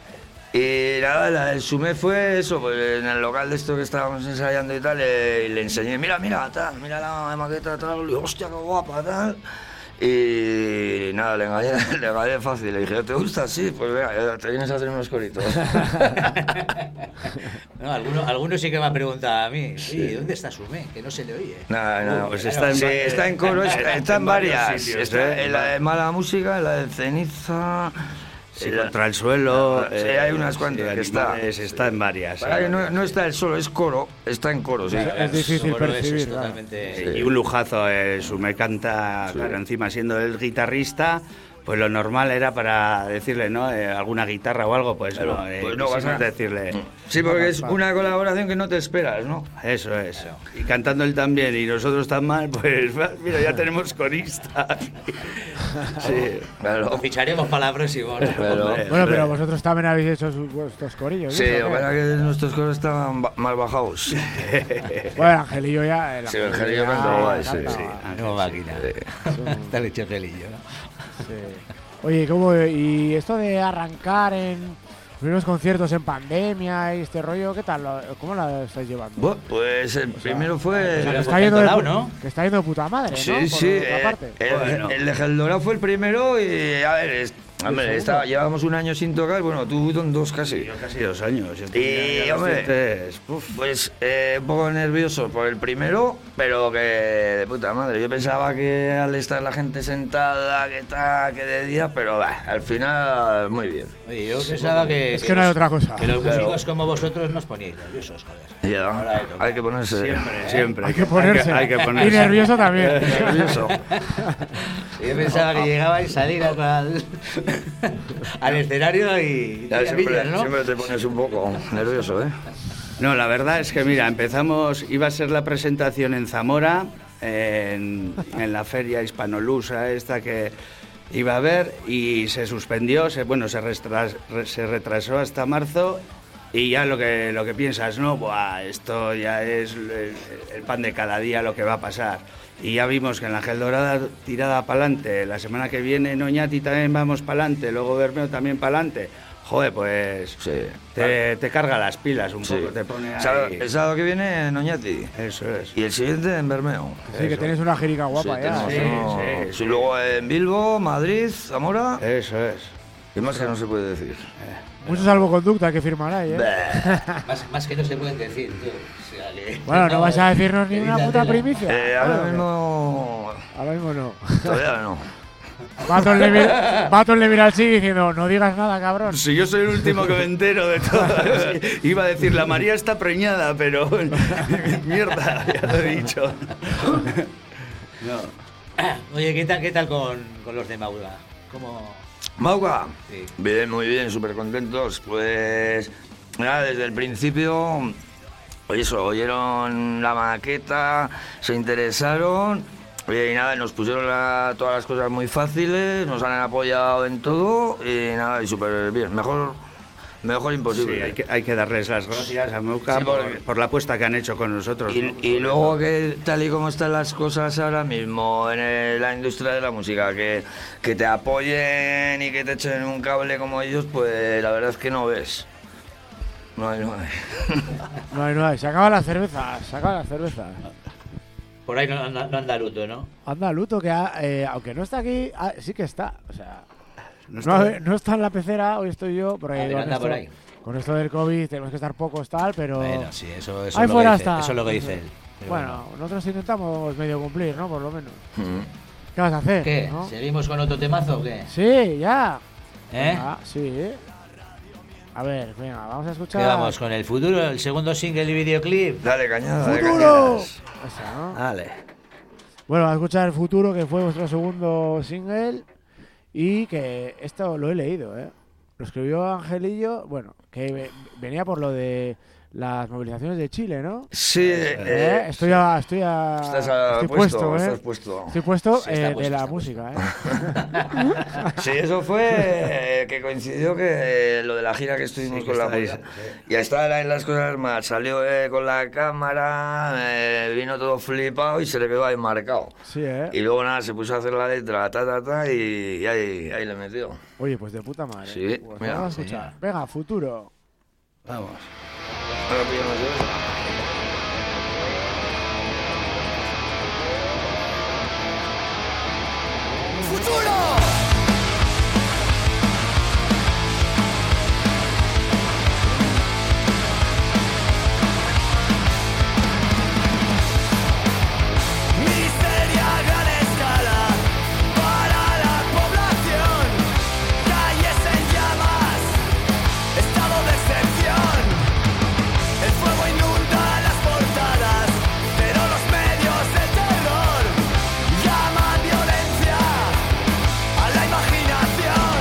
S3: Y nada, la del Sumé fue eso, pues en el local de esto que estábamos ensayando y tal, eh, y le enseñé, mira, mira, tal, mira la maqueta, tal, y hostia, qué guapa, tal. Y nada, le engañé, <laughs> le engañé fácil, le dije, ¿te gusta? Sí, pues venga, te vienes a hacer unos
S4: <laughs>
S3: coritos.
S2: No, alguno, alguno sí que me ha preguntado a mí, sí, ¿dónde está Sumé? Que no se le oye.
S3: No, no,
S2: Uy,
S3: pues
S2: claro,
S3: está en,
S2: sí,
S3: está en
S2: <laughs>
S3: coro, está, está en
S4: eh, en varios
S3: varias.
S4: sitios,
S3: Está
S4: está en
S3: en la de mala música, en la de ceniza.
S4: Sí,
S3: en la-
S4: contra el suelo. eh,
S3: Sí, hay unas cuantas que está.
S4: animales, Está en varias. eh.
S3: Ay, no, no está el solo, es coro, está en coro, sí.
S1: Es difícil
S2: Bueno, eso es
S1: percibir, claro.
S2: totalmente-
S4: Eh, Y un lujazo, eh, su me canta, claro, encima siendo el guitarrista, pues lo normal era para decirle, ¿no? Eh, alguna guitarra o algo, pues no, eh,
S3: pues no Mm. vas
S4: quisimos
S3: a-
S4: decirle.
S3: Sí, porque es una colaboración que no te esperas, ¿no?
S4: Eso es. Y cantando él también y nosotros tan mal, pues <laughs> mira, ya tenemos
S3: <laughs>
S4: corista. sí.
S2: Lo
S3: Claro.
S2: ficharemos para la próxima. ¿no?
S3: Claro.
S4: Hombre.
S1: Bueno, pero vosotros también habéis hecho sus, vuestros corillos.
S3: Sí,
S1: ¿no?
S3: lo que pasa es que nuestros coros estaban ba- mal
S1: <laughs>
S3: bajados.
S1: Bueno, Angelillo ya. el
S3: Sí, el
S1: Angelillo
S3: Angelillo
S1: ya
S3: canta guay, sí,
S1: canta
S3: sí.
S1: guay.
S2: No máquina. <laughs> Está el hecho pelillo, ¿no?
S1: Sí. Oye, ¿cómo, ¿y esto de arrancar en primeros conciertos en pandemia y este rollo, qué tal? lo- ¿Cómo la estáis llevando?
S3: Bu- Pues el primero
S1: O sea, que
S3: fue.
S1: está yendo de,
S2: Dorado,
S1: pu-
S2: ¿no?
S1: que está yendo de puta madre,
S3: Sí,
S1: ¿no? Por
S3: sí.
S1: otra
S3: eh,
S1: parte.
S3: El,
S4: Bueno.
S3: el de Geldorado fue el primero y, a ver, es- hombre,
S1: segundo.
S3: estaba, llevábamos un año sin tocar, bueno, tú son dos casi.
S4: Yo casi dos años. yo
S3: Y,
S4: tenía ya los
S3: hombre,
S4: dientes, puf.
S3: Pues eh, un poco nervioso por el primero, pero que de puta madre. Yo pensaba que al estar la gente sentada, que tal, que de día, pero bah, al final muy bien.
S2: Oye, yo pensaba que.
S1: Es que no hay
S2: los-
S1: otra cosa.
S2: Que los
S3: Claro.
S2: músicos como vosotros nos poníais nerviosos, joder.
S3: Ya,
S2: Ahora de tocar.
S3: hay que ponerse
S4: Siempre, ¿eh? siempre.
S1: Hay que ponerse.
S4: Hay que, ponerse.
S1: Y nervioso también.
S4: <laughs>
S3: nervioso.
S2: Yo pensaba que llegaba y salía al, <laughs> al escenario y.
S3: Ya,
S2: y
S3: siempre,
S2: pillas, ¿no?
S3: siempre te pones un poco nervioso, ¿eh?
S4: No, la verdad es que mira, empezamos, iba a ser la presentación en Zamora, en, en la feria hispanolusa esta que iba a haber y se suspendió, se, bueno, se, restras- re- se retrasó hasta marzo y ya lo que, lo que piensas, ¿no? Buah, esto ya es el, el pan de cada día lo que va a pasar. Y ya vimos que en la Gel Dorada tirada para adelante, la semana que viene en Oñati también vamos para adelante, luego Bermeo también para adelante. Joder, pues
S3: Sí.
S4: te, te carga las pilas un
S3: Sí.
S4: poco, te pone ahí.
S3: Sábado- el sábado que viene en Oñati.
S4: Eso es.
S3: Y el siguiente en Bermeo.
S1: Sí, que tenéis una jerica guapa
S3: Sí,
S1: ya.
S3: tenemos
S1: ¿eh?
S3: uno-
S4: sí,
S3: y
S4: sí. Eh.
S3: luego en Bilbo, Madrid, Zamora.
S4: Eso es.
S3: Y más que no se puede decir.
S1: Mucho salvoconducta que firmaréis, ¿eh?
S2: Más, más que no se pueden decir, tío. O sea, que-
S1: Bueno, no vais a
S2: <laughs>
S1: decirnos ni una puta
S2: Evítatela.
S1: primicia.
S3: Eh, ahora
S1: Bueno,
S3: mismo.
S1: ahora mismo no.
S3: Todavía no.
S1: Baton le, mira, Baton le mira al sí diciendo, no digas nada, cabrón.
S4: Si yo soy el último que me entero de <laughs> todo, iba a decir, la María está preñada, pero <laughs> mierda, ya lo he dicho.
S2: <clears throat> Oye, ¿qué tal, qué tal con, con los de Maura? ¿Cómo.?
S3: Mauca.
S2: Sí.
S3: Bien, muy bien, súper contentos. Pues. Nada, desde el principio. Oye, eso, oyeron la maqueta, se interesaron. oye, Y nada, nos pusieron la- todas las cosas muy fáciles, nos han apoyado en todo y nada, y súper bien. Mejor, mejor imposible.
S4: Sí, hay que, hay que darles las gracias a Meuca
S3: Sí,
S4: por,
S3: porque-
S4: por la apuesta que han hecho con nosotros.
S3: Y,
S4: ¿no?
S3: y luego que tal y como están las cosas ahora mismo en el- la industria de la música, que, que te apoyen y que te echen un cable como ellos, pues la verdad es que no ves. No hay, no hay. <laughs>
S1: No hay, no hay. Se acaban las cervezas, se acaban las cervezas.
S2: Por ahí no, no- no anda luto, ¿no?
S1: Anda, Luto, que ha- eh, aunque no está aquí, ah, sí que está. O sea, no,
S4: No está-
S1: eh, no está en la pecera, hoy estoy yo. Porque
S2: Ah, pero anda por ahí.
S1: con esto del COVID tenemos que estar pocos, tal, pero.
S2: Bueno, sí, eso, eso
S1: Ahí
S2: es lo
S1: fuera
S2: que dice,
S1: está.
S2: eso es lo que dice él. Pero
S1: bueno, nosotros intentamos medio cumplir, ¿no? Por lo menos.
S3: Mm.
S1: ¿Qué vas a hacer?
S2: ¿Qué?
S1: no?
S2: ¿Seguimos con otro temazo o qué?
S1: Sí, ya.
S2: ¿Eh?
S1: Ah, sí. A ver, venga, vamos a escuchar.
S2: ¿Qué vamos con el futuro? ¿El segundo single y videoclip?
S3: Dale cañada, dale
S1: ¡Futuro!
S3: cañadas.
S1: Esa, ¿no?
S2: Vale.
S1: Bueno, a escuchar El Futuro, que fue vuestro segundo single. Y que esto lo he leído, ¿eh? Lo escribió Angelillo, bueno, que ve- venía por lo de las movilizaciones de Chile, ¿no?
S3: Sí,
S1: Eh,
S3: eh,
S1: estoy a, estoy a,
S3: Estás a-
S1: estoy
S3: puesto,
S1: puesto, ¿eh?
S3: estás puesto.
S1: Estoy puesto,
S3: Sí, está
S1: eh, de
S3: puesto,
S1: la
S3: está
S1: música, ¿eh? <laughs>
S3: Sí, eso fue eh, que coincidió que eh, lo de la gira que estuvimos
S4: Sí, que
S3: con la
S4: está ahí,
S3: policía. Y ahí estaban ahí las cosas mal. Salió eh, con la cámara, eh, vino todo flipado y se le quedó ahí marcado.
S1: sí, ¿eh?
S3: Y luego nada, se puso a hacer la letra, ta, ta, ta, y, y ahí, ahí le metió.
S1: Oye, pues de puta madre.
S3: Sí,
S1: Pues
S3: mira,
S1: vamos a escuchar. Venga, futuro.
S4: Vamos.
S3: Ahora pillamos eso.
S5: futuro. Miseria a gran escala para la población. Calles en llamas, estado de excepción. El fuego inunda las portadas, pero los medios de terror llaman violencia a la imaginación.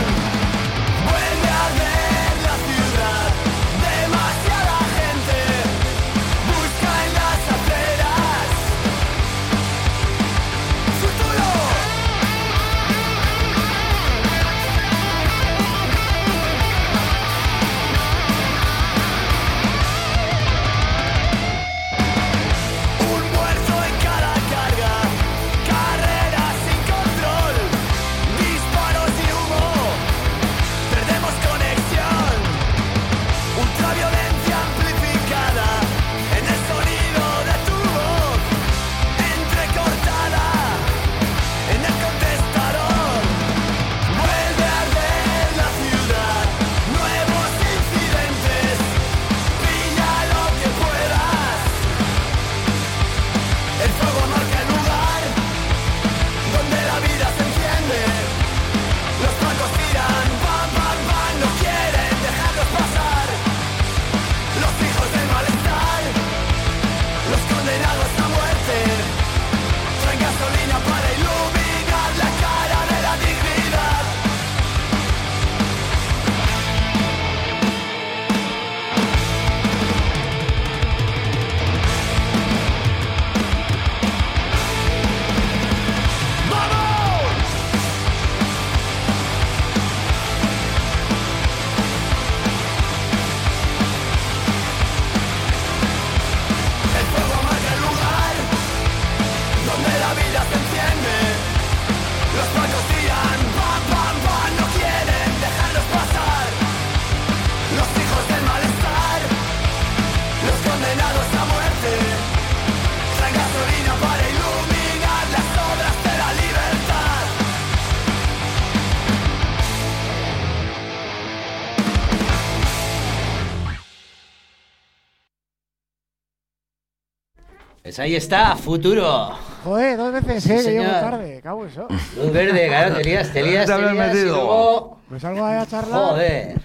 S5: Vuelve a ver la ciudad, demasiada gente busca en las aceras. Futuro. Un muerto en cada carga, carreras sin control, disparos y humo, perdemos conexión, ultraviolencia amplificada, en el sonido de tu voz, entrecortada, en el contestador, vuelve a ver la ciudad, nuevos incidentes, pilla lo que puedas. El fuego marca el lugar donde la vida se enciende. Los blancos tiran, van, van, van, no quieren dejarlos pasar. Los hijos del malestar, los condenados a muerte, traen gasolina para iluminar la cara de la dignidad. ¡Vamos! El fuego marca el lugar donde la vida se enciende. Los pacos tiran, pam, pam, pam, no quieren dejarlos pasar. Los hijos del malestar, los condenados a muerte. Traen gasolina para iluminar las obras de la libertad.
S2: Pues ahí está, futuro.
S1: Joder, dos veces,
S2: Sí,
S1: eh, que llego
S2: señor.
S1: tarde. Cago en eso.
S2: Luz verde, claro, te lías, te lías,
S3: Te
S2: te
S3: habrás
S2: lías y
S3: metido.
S2: luego-
S1: Me salgo ahí a charlar.
S2: Joder.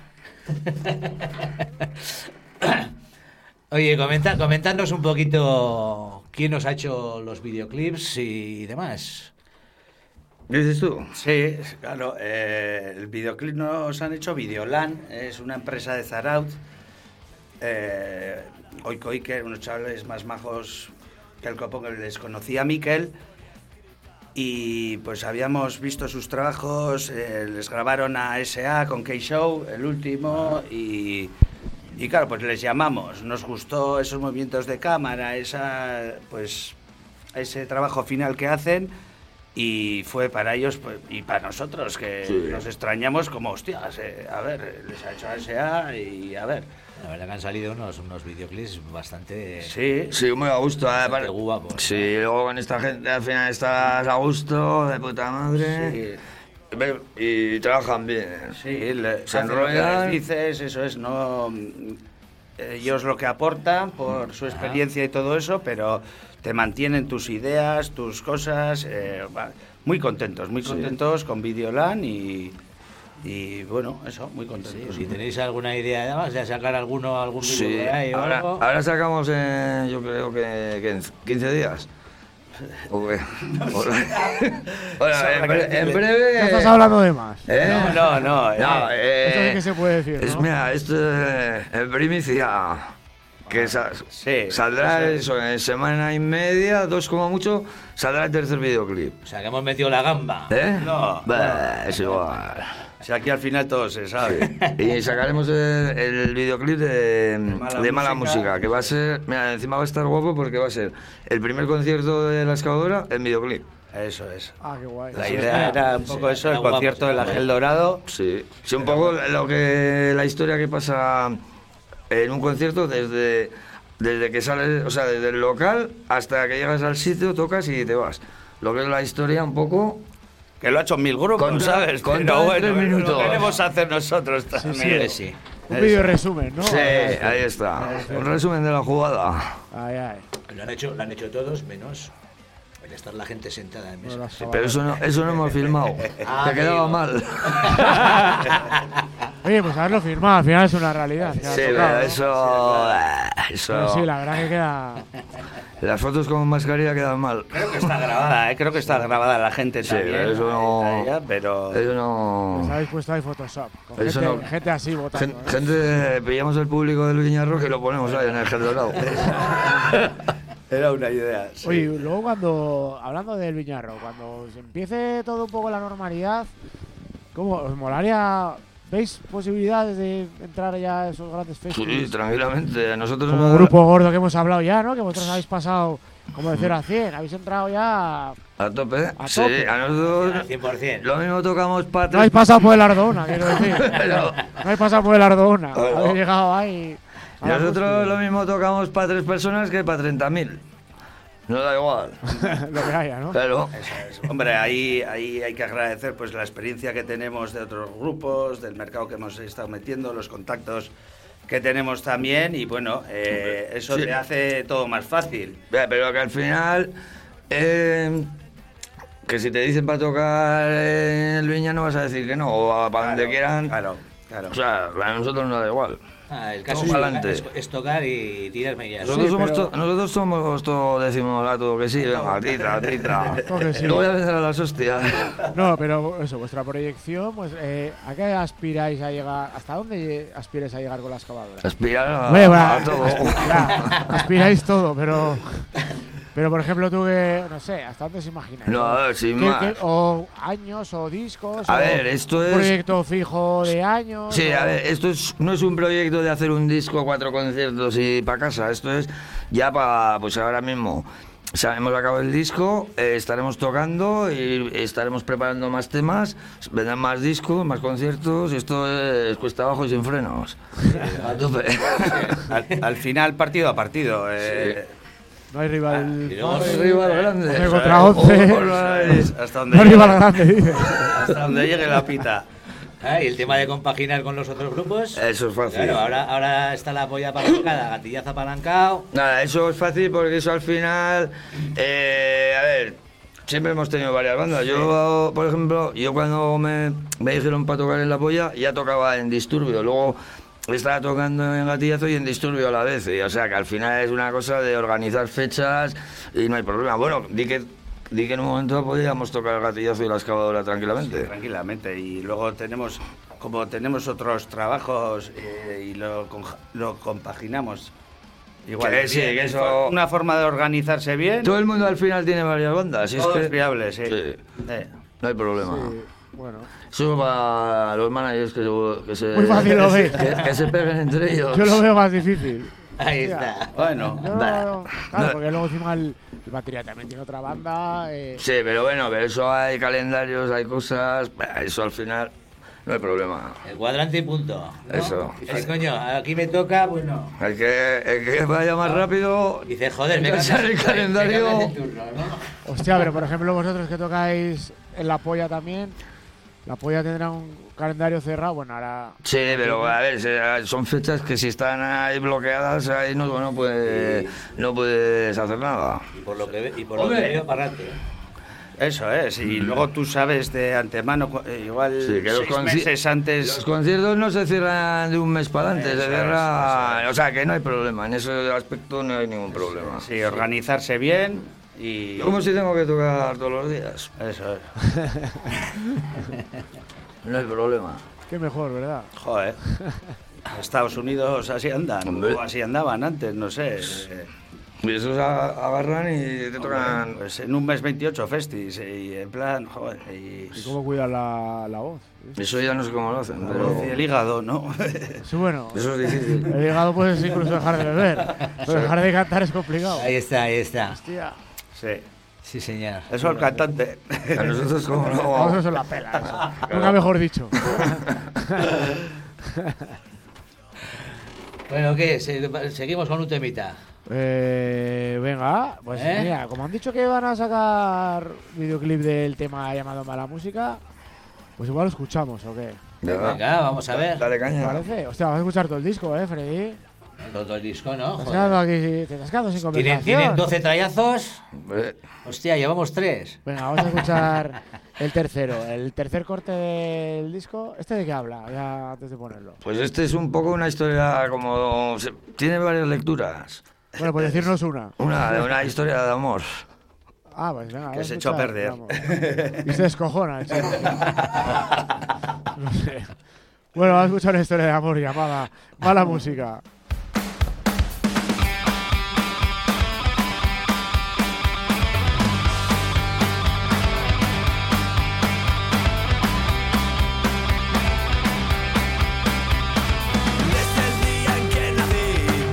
S2: Oye, comenta, comentadnos un poquito quién nos ha hecho los videoclips y demás.
S3: ¿Qué dices tú?
S4: Sí, claro. eh, el videoclip nos han hecho Videolan, es una empresa de Zaraut. Eh, Oiko Iker, unos chavales más majos que el copo que les conocía a Miquel. Y pues habíamos visto sus trabajos, eh, les grabaron a SA con K-Show, el último, y, y claro, pues les llamamos. Nos gustó esos movimientos de cámara, esa, pues, ese trabajo final que hacen, y fue para ellos pues, y para nosotros, que nos extrañamos como, hostias, eh, a ver, les ha hecho a SA y a ver.
S2: La verdad que han salido unos, unos videoclips bastante...
S4: Sí,
S3: Sí, muy a gusto. eh,
S2: Bastante guapo.
S3: Sí, luego con esta gente al final estás a gusto, de puta madre. Ve- Y trabajan bien.
S4: Sí, le-
S3: Se
S4: hacen lo que
S3: enrollan.
S4: les dices, eso es, no. mm, Ellos lo que aportan por su experiencia y todo eso, pero te mantienen tus ideas, tus cosas. eh, va- muy contentos, muy contentos con Videolan y. Y bueno, eso, muy
S2: Sí,
S4: contentos.
S2: si tenéis alguna idea además de sacar alguno, algún video
S3: Sí,
S2: por ahí o
S3: ahora,
S2: algo...
S3: ahora sacamos en, yo creo que, que en 15
S4: <laughs>
S3: días. O que- o- Bueno,
S4: Sabrá
S3: en,
S4: que
S3: bre- en
S4: decirle.
S3: breve...
S1: No estás hablando de más.
S3: ¿Eh?
S4: No, no, no. eh,
S3: No, eh,
S1: Esto sí que se puede decir,
S3: es-
S1: ¿no?
S3: Mira, esto es en primicia. que sa-
S4: Ah, Sí,
S3: saldrá
S4: eso es.
S3: eso, en semana y media, dos como mucho, saldrá el tercer videoclip.
S2: O sea, que hemos metido la gamba.
S3: ¿Eh?
S4: No,
S3: Bah, Es igual.
S4: Si aquí al final todo se sabe.
S3: Y sacaremos el, el videoclip de,
S4: Mala
S3: de Mala
S4: Música.
S3: Música, que va a ser, mira, encima va a estar guapo porque va a ser el primer concierto de la excavadora en videoclip.
S4: Eso es.
S1: Ah, qué guay.
S4: La
S2: Sí,
S4: idea
S2: sí.
S4: era un poco
S2: Sí,
S4: eso,
S2: era
S4: el
S2: guapo,
S4: concierto del
S2: estaba
S4: Ángel Dorado.
S3: Sí, sí, un poco lo que la historia que pasa en un concierto desde, desde que sales, o sea, desde el local hasta que llegas al sitio, tocas y te vas. Lo que es la historia un poco.
S4: Que lo ha hecho mil grupos,
S3: Con-
S4: ¿sabes?
S3: con
S4: Pero
S3: todo en
S4: bueno,
S3: tres minutos.
S4: lo queremos hacer nosotros
S2: Sí,
S4: también.
S2: que sí.
S1: Un vídeo resumen, ¿no?
S3: sí, ahí está. Un resumen de la jugada.
S1: Ay, ay.
S2: Lo han hecho, lo han hecho todos, menos el estar la gente sentada en
S1: No
S2: mesa.
S1: lo has acabado.
S3: Pero eso no, eso no hemos <laughs> filmado.
S2: Ah,
S3: Te quedaba
S2: amigo.
S3: <laughs> mal.
S2: <laughs>
S1: Oye, pues haberlo firmado, al final es una realidad. que ha
S3: Sí,
S1: tocado,
S3: pero
S1: ¿no?
S3: eso.
S1: Pero sí,
S3: Eso.
S1: la verdad que queda.
S3: Las fotos con mascarilla quedan mal.
S4: Creo que está grabada, ¿eh? creo que está grabada la gente
S3: Sí,
S4: también.
S3: pero eso
S4: ahí
S3: no. Eh.
S4: está ella, pero
S3: Eso no.
S1: Os habéis puesto ahí Photoshop. Con
S3: Oh. Eso
S1: gente,
S3: no.
S1: gente así votando.
S3: Gen-
S1: ¿eh?
S3: Gente, pillamos el público del Viñarro que lo ponemos ahí en el Gelorado.
S4: era una idea. sí.
S1: Oye, y luego cuando, hablando del Viñarro, cuando se empiece todo un poco la normalidad, ¿cómo os molaría? ¿Veis posibilidades de entrar ya a esos grandes
S3: Sí,
S1: festivales?
S3: tranquilamente. Nosotros
S1: Como
S3: no-
S1: grupo gordo que hemos hablado ya, ¿no? Que vosotros habéis pasado como de 0 a 100, habéis entrado ya...
S3: a tope.
S1: A
S3: sí,
S1: tope.
S3: a
S2: Al
S3: nosotros
S2: 100%.
S3: lo mismo tocamos
S1: No habéis
S3: patas.
S1: pasado por el Ardona, quiero
S3: <laughs>
S1: decir. <laughs> No habéis pasado por el Ardona.
S3: Claro.
S1: Habéis llegado ahí... a la
S3: Nosotros lo
S1: cúspide.
S3: mismo tocamos para tres personas que para 30.000. No
S1: <laughs>
S3: da igual.
S1: Lo que haya, ¿no?
S3: Pero
S4: Hombre, ahí, ahí hay que agradecer pues la experiencia que tenemos de otros grupos, del mercado que hemos estado metiendo, los contactos que tenemos también y bueno, eh, eso
S3: Sí.
S4: te hace todo más fácil.
S3: Ya, eh, pero que al final. eh, que si te dicen para tocar en el Viña no vas a decir que no. O a- para donde
S4: Claro,
S3: quieran.
S4: Claro, claro.
S3: O sea, a nosotros no da igual.
S2: Ah, el caso
S3: Vamos
S2: es,
S3: pa'lante.
S2: es- es tocar y tirarme ya.
S3: Nosotros, somos
S1: pero-
S3: to- nosotros somos todo decimos a todo que sí, venga, tita, tita.
S1: <laughs> Todo que sí.
S3: No voy a pensar a las hostias.
S1: No, pero eso, vuestra proyección, pues, eh, ¿a qué aspiráis a llegar? ¿Hasta dónde aspiráis a llegar con la excavadora?
S3: Aspirar a,
S1: Hombre, va, <laughs>
S3: a todo.
S1: ya, aspiráis todo, pero. Pero por ejemplo, tú que. No sé, ¿hasta dónde os imagináis?
S3: No, a ver, sin
S1: ¿Qué-
S3: más.
S1: qué- o años, o discos.
S3: A
S1: o
S3: ver, esto
S1: un
S3: es-
S1: proyecto fijo de años.
S3: Sí,
S1: o-
S3: a ver, esto es, no es un proyecto de hacer un disco, cuatro conciertos y para casa. Esto es ya para, pues ahora mismo. O sea, hemos acabado el disco, eh, estaremos tocando y estaremos preparando más temas, vendrán más discos, más conciertos, y esto es cuesta abajo y sin
S1: <laughs>
S3: frenos. A tope.
S4: Al, al final, partido a partido. eh,
S1: No hay
S3: Ah,
S1: rival. no
S2: y luego-
S1: hay-
S3: Arriba lo grande.
S1: Once contra once.
S3: Oh, hola.
S1: <laughs>
S4: Hasta donde,
S1: no hay
S4: llegue,
S1: rival grande, dice.
S3: Ah.
S4: hasta donde llegue la pita.
S2: Ah, y el tema de compaginar con los otros grupos.
S3: Eso es fácil.
S2: Claro, ahora, ahora está la polla apalancada, gatillazo apalancado.
S3: Nada, eso es fácil porque eso al final. eh, a ver, siempre hemos tenido varias bandas. Yo, por ejemplo, yo cuando me, me dijeron para tocar en La Polla, ya tocaba en Disturbio. Luego estaba tocando en Gatillazo y en Disturbio a la vez. Y, o sea que al final es una cosa de organizar fechas y no hay problema. Bueno, di que, di que en un momento podíamos tocar Gatillazo y la excavadora tranquilamente.
S4: Tranquilamente. Y luego tenemos, como tenemos otros trabajos eh, y lo, conj- lo compaginamos. Igual.
S3: Que sí, que eso-
S4: Una forma de organizarse bien.
S3: Todo el mundo al final tiene varias bandas. y es
S4: todo
S3: que
S4: es viable, sí.
S3: Sí.
S4: Eh,
S3: no hay problema.
S1: Sí, bueno.
S3: Eso para los managers que se, que se-
S1: Muy fácil lo ve.
S3: que, que se peguen entre ellos.
S1: Yo lo veo más difícil.
S2: Ahí
S1: Ya.
S2: está.
S4: Bueno,
S1: Yo no-
S3: Bah.
S1: claro,
S3: No.
S1: porque luego encima el, el batería también tiene otra banda. eh,
S3: Sí, pero bueno, pero eso hay calendarios, hay cosas, bah, eso al final no hay problema.
S2: El cuadrante y punto. ¿no?
S3: Eso.
S2: Dices, coño, aquí me toca, pues no.
S3: El que, el que vaya más rápido,
S2: Dices, joder, me
S3: Ya
S2: cambias-
S3: <laughs> sale el
S2: me
S3: calendario.
S2: cambias el turno, ¿no?
S1: Hostia, pero por ejemplo vosotros que tocáis en la polla también, la polla tendrá un calendario cerrado, bueno, ahora...
S3: Sí, pero a ver, se- son fechas que si están ahí bloqueadas, ahí no, no, puede, no puedes hacer nada.
S2: Y por lo que, ve- y por lo que
S3: Hombre.
S2: veo, para adelante.
S4: eso es. Y luego tú sabes de antemano, cu- eh, igual
S3: Mm. Sí, que los
S4: seis
S3: conci-
S4: meses
S3: Los
S4: antes.
S3: conciertos no se cierran de un mes para adelante, se
S4: Eso es,
S3: cierra... O sea, que no hay problema, en ese aspecto no hay ningún problema.
S4: Sí, organizarse bien y.
S3: Como si tengo que tocar todos los días,
S4: Eso es.
S3: no hay problema.
S1: Qué mejor, ¿verdad?
S3: <laughs>
S4: Joder. Estados Unidos así andan,
S3: Hombre.
S4: o así andaban antes, no sé. Eh,
S3: Y esos a- agarran y te tocan.
S4: Pues en un mes 28 festis eh, y en plan, joder, y,
S1: ¿Y cómo cuidar la, la voz?
S4: pues.
S3: Eso ya no sé cómo lo hacen, pero.
S4: y el
S1: <laughs>
S4: hígado, ¿no?
S1: Sí, bueno.
S3: Eso es difícil.
S1: El hígado puedes incluso dejar de beber, pero dejar de cantar es complicado.
S2: Ahí está, ahí está.
S1: Hostia.
S4: sí.
S2: Sí, señor.
S4: Eso el cantante.
S3: A nosotros, como
S4: <laughs>
S2: Oh.
S1: Vamos a
S3: no.
S1: hacer la pela. eso. Nunca mejor
S2: <laughs>
S1: dicho.
S2: Bueno, ¿qué? Se- Seguimos con un temita.
S1: Eh, venga, pues
S2: ¿Eh?
S1: mira, como han dicho que van a sacar videoclip del tema llamado Mala Música, pues igual lo escuchamos, ¿o qué?
S3: Venga,
S2: Venga, vamos a ver.
S3: Ah. Dale
S1: ¿Te
S3: caña.
S1: parece? Hostia, vas a escuchar todo el disco, ¿eh, Freddy?
S2: Todo el disco, ¿no?
S1: Te has
S2: Joder.
S1: quedado aquí, te has quedado sin
S2: ¿Tienen,
S1: conversación.
S2: tienen 12 trallazos.
S3: Eh,
S2: Hostia, llevamos 3.
S1: Venga, vamos a escuchar el tercero, el tercer corte del disco. ¿Este de qué habla? Ya antes de ponerlo.
S3: Pues este es un poco una historia como. se- Tiene varias lecturas.
S1: Bueno, pues decirnos una.
S3: Una de una historia de amor.
S1: Ah, pues venga.
S4: Que
S1: vamos
S4: se echó a
S1: escuchar,
S4: perder.
S1: vamos. Y se descojona, el chico. No sé. Bueno, vamos a escuchar una historia de amor llamada Mala Música.
S5: Desde Este el día en que nací,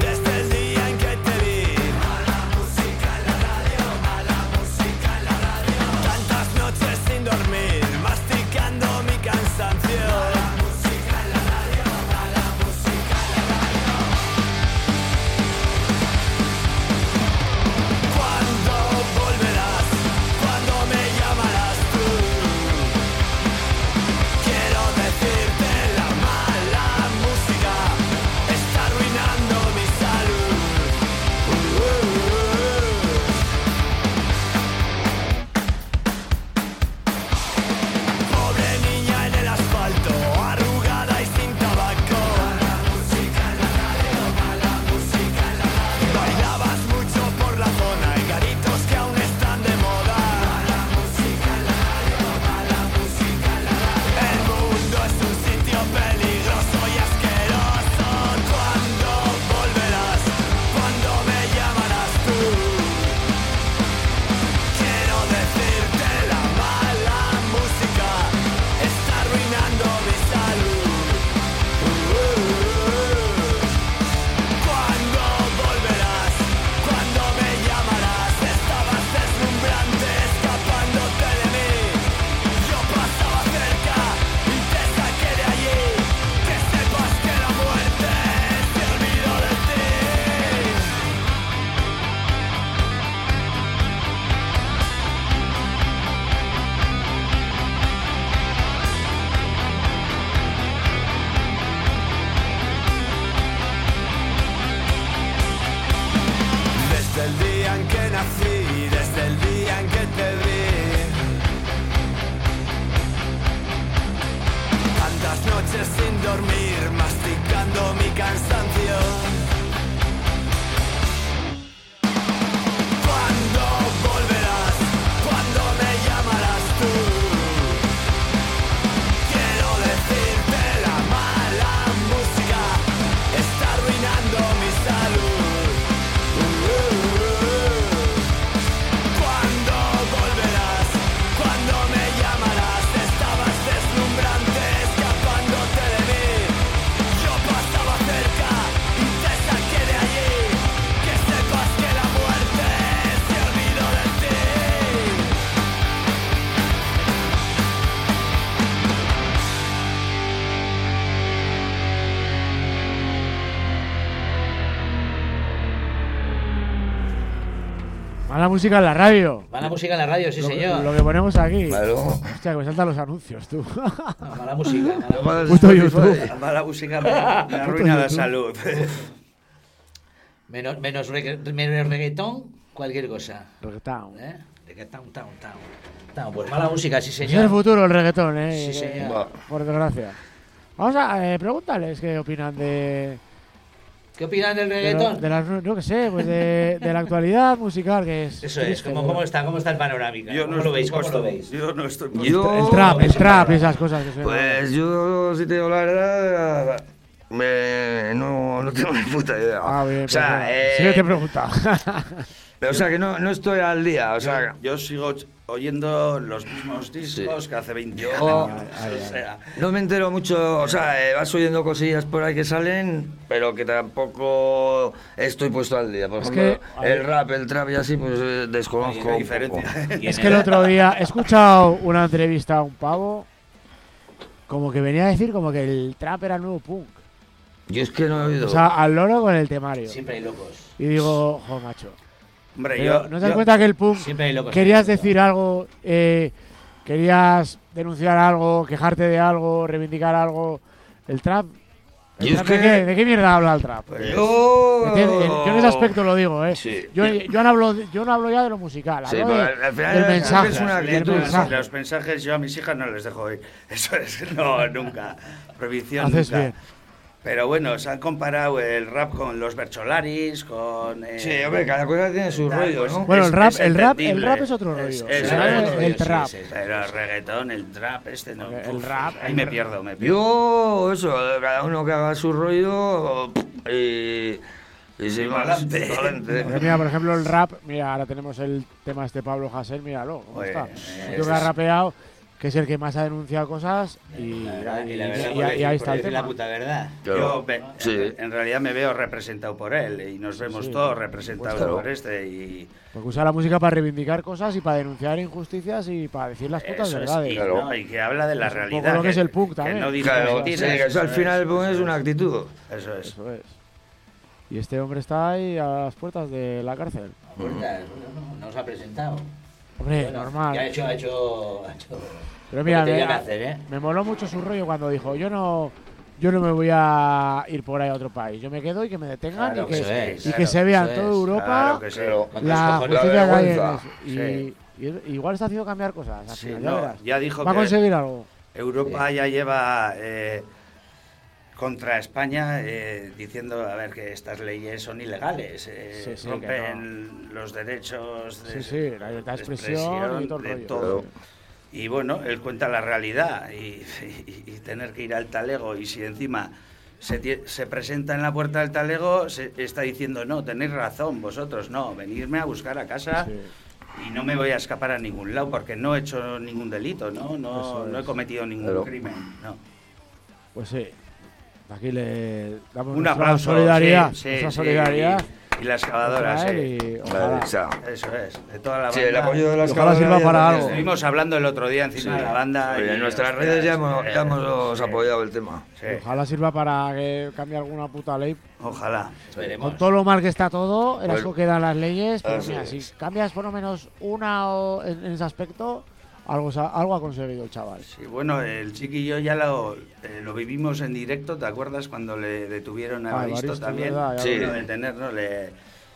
S5: desde el día en que te vi Mala música en la radio, mala música en la radio Tantas noches sin dormir, masticando mi cansancio Mala música en la radio, mala música en la radio ¿Cuándo volverás? ¿Cuándo me llamarás tú? Quiero decirte la mala música está arruinando mi salud. Pobre niña en el asfalto, arrugada y sin tabaco. Mala música en la radio, mala música en la radio. Bailabas mucho por la zona, hay garitos que aún están de moda. Mala música en la radio, mala música en la radio. El mundo es un sitio peligroso y asqueroso. ¿Cuándo volverás? ¿Cuándo me llamarás tú? Quiero decirte la mala música está arruinando mi salud. ¿Cuándo volverás? ¿Cuándo me llamarás? Estabas deslumbrante escapándote de mí. Yo pasaba cerca y te saqué de allí. Que sepas que la muerte se olvidó de ti. Desde el día en que nací, desde el día en que te vi. Tantas noches sin dormir, masticando mi cansancio. ¿Cuándo volverás? ¿Cuándo me llamarás tú? Quiero decirte la mala música está arruinando mi salud. Cuando volverás, cuando me llamarás, estabas deslumbrante, escapándote de mí. Yo pasaba cerca y te saqué de allí. Que sepas que la muerte se olvidó de ti.
S1: Mala música en la radio.
S2: Mala música en la radio, sí,
S1: Lo que-
S2: señor.
S1: Lo que ponemos aquí.
S3: Claro.
S1: Hostia, que me saltan los anuncios, tú. <laughs>
S2: No, mala Ah, música. mala música.
S1: Puto YouTube.
S4: La mala música me, me arruina la salud.
S2: Menos, menos, regga- menos reggaetón, cualquier cosa.
S1: Reggaetón.
S2: ¿Eh? Reggaetón, town, town. Town, Pues mala música, sí,
S1: Es el
S2: señor.
S1: futuro el reggaetón, eh.
S2: Sí,
S1: que-
S2: señor.
S1: Por desgracia. Vamos a eh, preguntarles qué opinan de,
S2: ¿Qué opinan del
S1: de, lo-
S2: reggaetón?
S1: de las, no que sé, pues de, de la actualidad musical que es.
S2: Eso es,
S1: triste,
S2: ¿cómo,
S1: pero-
S2: cómo está, ¿cómo está el panorámico? ¿Cómo lo
S4: estoy
S2: veis? ¿Cómo
S4: puesto-
S2: lo veis?
S4: Yo no estoy puesto.
S1: El
S3: Yo.
S1: trap, el trap y esas cosas que se
S3: Pues yo, si te digo la verdad, Me- no, no tengo ni puta idea.
S1: Ah, bien,
S3: o sea,
S1: perdón.
S3: eh,
S1: Siguiente pregunta.
S2: <laughs>
S3: o sea que no, no estoy al día. O sea,
S4: Yo sigo ch- oyendo los mismos discos que hace 20 años.
S3: Oh,
S4: o sea,
S3: no me entero mucho. O sea, eh, vas oyendo cosillas por ahí que salen, pero que tampoco estoy puesto al día. Por
S1: Es
S3: ejemplo,
S1: que-
S3: el rap, el trap y así, pues eh, desconozco.
S4: hay
S3: un poco.
S4: diferencia.
S1: Es que el otro día he escuchado una entrevista a un pavo como que venía a decir como que el trap era el nuevo punk.
S3: Yo es que no he oído.
S1: O sea, al loro con el temario.
S2: Siempre hay locos.
S1: Y digo, jo, macho.
S4: Hombre,
S1: Pero,
S4: yo,
S1: ¿No te das
S4: yo-
S1: cuenta que el punk
S2: Siempre hay locos.
S1: Querías decir algo, eh, querías denunciar algo, quejarte de algo, reivindicar algo. El trap. ¿El
S3: Yo es
S1: trap de,
S3: que-
S1: qué, ¿De qué mierda habla el trap?
S3: yo...
S1: ¿Entiendes? Yo en ese aspecto lo digo, ¿eh?
S3: Sí.
S1: Yo, yo no hablo, yo no hablo ya de lo musical,
S3: Sí,
S1: hablo de-
S3: pero al- al final
S1: del
S3: es-
S1: mensaje.
S3: es una
S4: Las
S1: del
S3: actitud,
S4: letras,
S1: mensaje.
S4: Los mensajes yo a mis hijas no les dejo oír. <laughs> Eso es, no, nunca. Prohibición
S1: Haces
S4: nunca.
S1: bien.
S4: Pero bueno, se han comparado el rap con los Bercholaris, con... eh,
S3: Sí, hombre, cada cosa tiene su
S4: tal,
S3: rollo,
S4: pues,
S3: ¿no?
S1: Bueno,
S4: es-
S1: el rap-
S4: es
S1: el rap- el
S4: entendible.
S1: rap es otro
S4: Es-
S1: rollo.
S4: es-
S1: Sí,
S4: es-
S1: el- el trap.
S4: Pero el reggaetón, el trap, este no.
S1: El
S4: Uf,
S1: rap,
S4: Ahí
S1: el
S4: me
S1: rap.
S4: pierdo, me pierdo.
S3: Yo, "Oh, eso, cada uno que haga su rollo y, y sin más,
S4: pa'lante.
S3: pa'lante. <laughs>
S1: Porque mira, por ejemplo, el rap, mira, ahora tenemos el tema este Pablo Hasél, míralo, ¿cómo
S4: Oye,
S1: está?
S4: eh,
S1: Yo que ha rapeado, que es el que más ha denunciado cosas y, y- y- y ahí está el tema.
S2: la puta verdad.
S4: Yo ve-
S3: Sí.
S4: en realidad me veo representado por él y nos vemos
S1: Sí.
S4: todos representados
S3: Pues Claro.
S4: por este y
S1: Porque usa la música para reivindicar cosas y para denunciar injusticias y para decir las putas
S4: eso es,
S1: verdades.
S4: y,
S3: Claro.
S4: no, y que habla de la
S1: Es un poco
S4: realidad.
S1: lo que es el punk
S4: que
S1: también.
S4: no dice
S3: Claro, sí,
S4: mentiras,
S3: que eso al final pues, es una actitud.
S4: Eso es.
S1: Eso es. Y este hombre está ahí a las puertas de la cárcel.
S2: No nos ha presentado.
S1: Hombre,
S2: Bueno,
S1: normal.
S2: Ya ha hecho, ha hecho, ha hecho
S1: Pero mira,
S2: lo que
S1: me,
S2: tenía que hacer, ¿eh?
S1: me moló mucho su rollo cuando dijo, yo no, yo no me voy a ir por ahí a otro país. Yo me quedo y que me detengan
S2: Claro,
S1: y que,
S2: eso es,
S1: y que
S4: claro,
S1: se vea en
S2: eso
S1: toda
S2: es,
S1: Europa
S4: Claro que sí.
S3: Pero-
S2: Con tus
S1: la
S2: cojones.
S1: justicia que hay en
S3: vergüenza.
S1: eso. Y, y- igual está haciendo cambiar cosas. al
S4: Sí,
S1: final,
S4: no,
S1: verás.
S4: ya dijo
S1: Va a
S4: que-
S1: conseguir algo.
S4: Europa ya lleva eh, contra España eh, diciendo a ver que estas leyes son ilegales, eh,
S1: Sí, sí,
S4: rompen los derechos
S1: Sí,
S4: de,
S1: sí, la libertad de expresión y todo el
S4: de
S1: rollo.
S4: todo. Y bueno, él cuenta la realidad y, <laughs> y- y tener que ir al talego y si encima se, tie- se presenta en la puerta del talego, se está diciendo, no, tenéis razón, vosotros no, venirme a buscar a casa
S1: Sí.
S4: y no me voy a escapar a ningún lado porque no he hecho ningún delito, no, no,
S1: Eso
S4: no he
S1: es.
S4: cometido ningún
S3: Claro.
S4: crimen. No.
S1: Pues sí. Aquí le damos
S4: Un
S1: nuestra
S4: aplauso.
S1: solidaridad.
S4: sí, sí,
S1: nuestra
S4: sí,
S1: solidaridad.
S4: Y, y la excavadora,
S1: contra
S4: sí.
S1: él y
S3: Claro,
S1: ojalá.
S3: o sea,
S4: Eso es, de toda la banda.
S3: sí, el apoyo de las
S1: Ojalá sirva
S3: cabronas-
S1: para algo.
S4: Estuvimos hablando el otro día encima
S3: Sí.
S4: de la banda.
S3: Oye,
S4: y,
S3: en nuestras
S4: ostras,
S3: redes ya hemos, ya hemos
S4: eh,
S3: os
S4: sí,
S3: apoyado el tema.
S4: sí,
S1: Y Ojalá sirva para que cambie alguna puta ley.
S4: Ojalá.
S2: Esperemos.
S1: Con todo lo mal que está todo, en
S3: Pues-
S1: asco quedan las leyes. Pero
S3: Así
S1: mira, si
S3: es.
S1: cambias por lo menos una o en, en ese aspecto, algo, sa- algo ha conseguido el chaval.
S4: Sí, bueno, el chiquillo ya lo, eh, lo vivimos en directo, ¿te acuerdas cuando le detuvieron a
S1: Ah,
S4: Evaristo
S1: Evaristo,
S4: también?
S1: verdad, ya
S3: Sí. lo
S4: Lo
S3: vi.
S4: detenernos, le...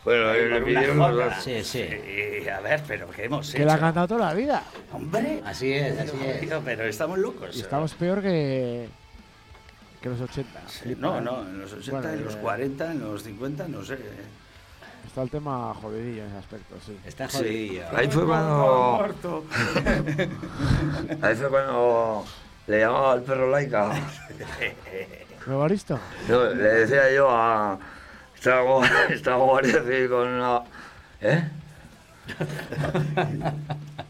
S3: Bueno, eh,
S4: le
S3: el
S4: dieron una
S3: vídeo
S4: jorra.
S2: Sí, sí.
S4: Y, a ver, pero ¿qué hemos
S1: Que
S4: hecho?
S1: la ha cantado toda la vida.
S4: Hombre,
S2: Así es, así es.
S4: tío, pero estamos locos.
S1: Y estamos peor que, que los 80.
S4: Sí,
S1: Flipa,
S4: No,
S1: ¿eh?
S4: no, en los 80,
S1: Bueno,
S4: en los
S1: eh,
S4: 40, en los 50, no sé. ¿eh?
S1: Está el tema jodidillo en ese aspecto, sí.
S2: Está
S3: Sí.
S2: jodidillo.
S3: Ahí fue cuando. Ahí fue cuando le llamaba al perro laica. <laughs>
S1: ¿Nuevo Aristo?
S3: No, le decía yo a. Estaba <laughs> gu- estaba guardia civil con una. ¿Eh?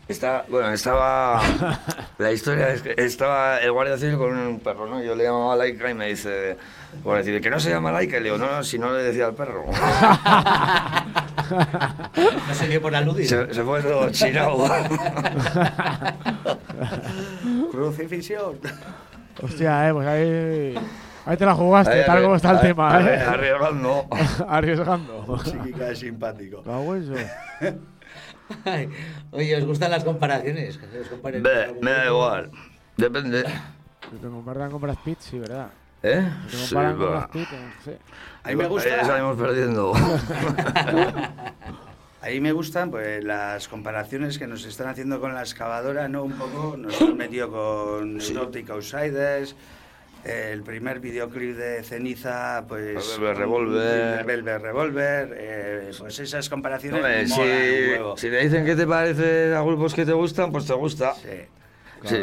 S3: Está, bueno, estaba. La historia es que estaba el guardia civil con un perro, ¿no? Yo le llamaba Laika y me dice. Guardia civil, que no se llama Laika. Y le digo, no, no, si no le decía al perro.
S2: No se dio por aludido.
S3: Se, se fue todo chinado.
S4: Crucifixión.
S1: Hostia, eh, pues ahí, ahí te la jugaste,
S3: Ahí,
S1: tal como está el
S3: ahí,
S1: tema,
S3: ahí,
S1: eh.
S3: Arriesgando.
S1: <laughs>
S3: <laughs>
S1: Arriesgando.
S4: <laughs> Chiquica es simpático.
S1: Cago en eso.
S2: Ay, Oye, ¿os gustan las comparaciones? Que os comparen con
S3: Ve,
S2: algún
S3: me da
S2: grupo.
S3: igual. Depende.
S1: Si te comparan con Brad Pitt, sí, ¿verdad?
S3: ¿Eh?
S1: Si te comparan con
S3: va.
S1: Brad Pitt, eh, sí.
S4: A mí me gusta.
S3: Ahí salimos
S4: <laughs>
S3: perdiendo.
S4: A mí me gustan pues, las comparaciones que nos están haciendo con la excavadora, ¿no? Un poco nos han metido con Exotic Outsiders, eh, el primer videoclip de Ceniza, pues...
S3: Rebelbe Revolver.
S4: Rebelbe Revolver, eh, pues esas comparaciones
S3: <laughs> Hombre,
S4: molan un
S3: si,
S4: huevo.
S3: si te dicen que te parece a grupos que te gustan, pues te gusta.
S4: Sí.
S3: Sí.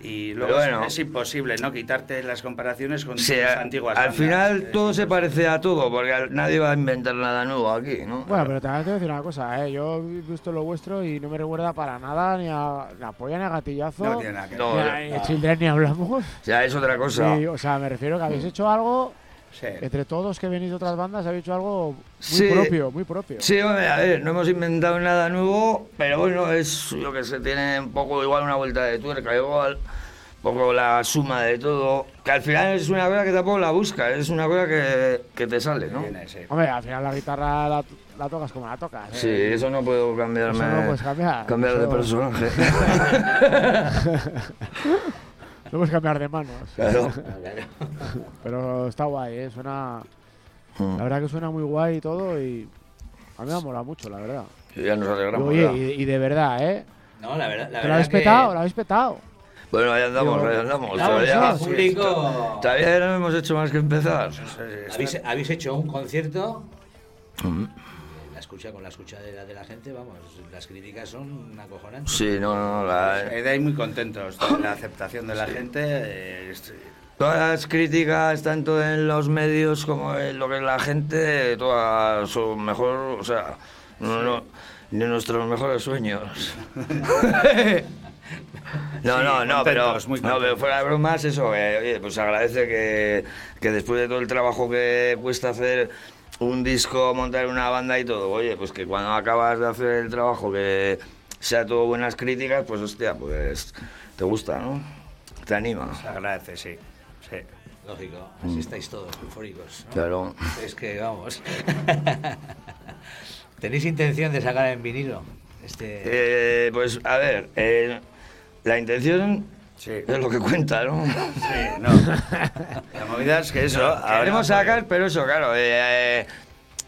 S4: Y luego
S3: Pero bueno.
S4: es, es imposible, ¿no? Quitarte las comparaciones con
S3: O sea,
S4: las antiguas.
S3: al
S4: bandas.
S3: final
S4: Eh,
S3: todo se parece a todo, porque al- nadie va a inventar nada nuevo aquí, ¿no?
S1: Bueno, pero también te voy a decir una cosa, ¿eh? Yo he visto lo vuestro y no me recuerda para nada ni a la polla ni a gatillazo.
S4: No tiene nada que ver.
S3: No,
S1: ni
S3: eh,
S1: a, eh, Children ni hablamos.
S3: ya es otra cosa.
S1: Sí, o sea, me refiero que habéis hecho algo,
S4: Sí.
S1: entre todos que venís de otras bandas, habéis hecho algo muy
S3: Eh. Sí.
S1: propio, muy propio.
S3: Sí, hombre, a ver, no hemos inventado nada nuevo, pero bueno, es lo que se tiene un poco igual una vuelta de tuerca, igual, un poco la suma de todo, que al final es una cosa que tampoco la busca, es una cosa que, que te sale, ¿no?
S4: Viene, sí.
S1: Hombre, al final la guitarra la, la tocas como la tocas. ¿eh?
S3: Sí, eso no puedo cambiarme.
S1: Eso no puedes
S3: <laughs>
S1: cambiar.
S3: de
S1: Eso- <laughs>
S3: personaje.
S1: <laughs> No puedes cambiar de manos.
S3: claro.
S1: Pero está guay, ¿eh? Suena... La verdad que suena muy guay y todo y... A mí me ha molado mucho, la verdad.
S3: Y ya nos
S1: Y,
S3: alegramos.
S1: oye,
S3: ¿verdad?
S1: y, y de verdad, ¿eh?
S2: No, la verdad. La
S1: ¿Te
S2: verdad
S1: lo habéis
S2: que-
S1: petado? ¿Lo habéis petado?
S3: Bueno, ahí andamos,
S1: Digo,
S3: ahí andamos.
S2: Claro,
S3: Todavía,
S2: el público.
S3: todavía no hemos hecho más que empezar.
S2: ¿Habéis, habéis hecho un concierto. La escucha con la escucha de la, de la gente, vamos, las críticas son acojonantes.
S3: Sí, no, no, la,
S4: Eh, de ahí muy contentos de la aceptación de la gente. eh, es-
S3: Todas las críticas, tanto en los medios como en lo que es la gente, todas son mejor, o sea, no, no, ni nuestros mejores sueños. <laughs> No, no, no, pero,
S4: contentos, muy
S3: no, pero fuera de bromas, eso, que, oye, pues agradece que, que después de todo el trabajo que cuesta hacer un disco, montar una banda y todo, oye, pues que cuando acabas de hacer el trabajo que sea todo buenas críticas, pues hostia, pues te gusta, ¿no? Te anima.
S4: se agradece, sí. sí.
S2: Lógico, así estáis todos eufóricos. ¿no?
S3: Claro.
S2: Es que vamos. <laughs> ¿Tenéis intención de sacar en vinilo? Este.
S3: Eh, pues a ver, eh, la intención
S4: Sí.
S3: es lo que cuenta, ¿no?
S4: Sí, no. La movida es que eso. ahora-
S3: Queremos sacar, pero eso, claro. eh, eh,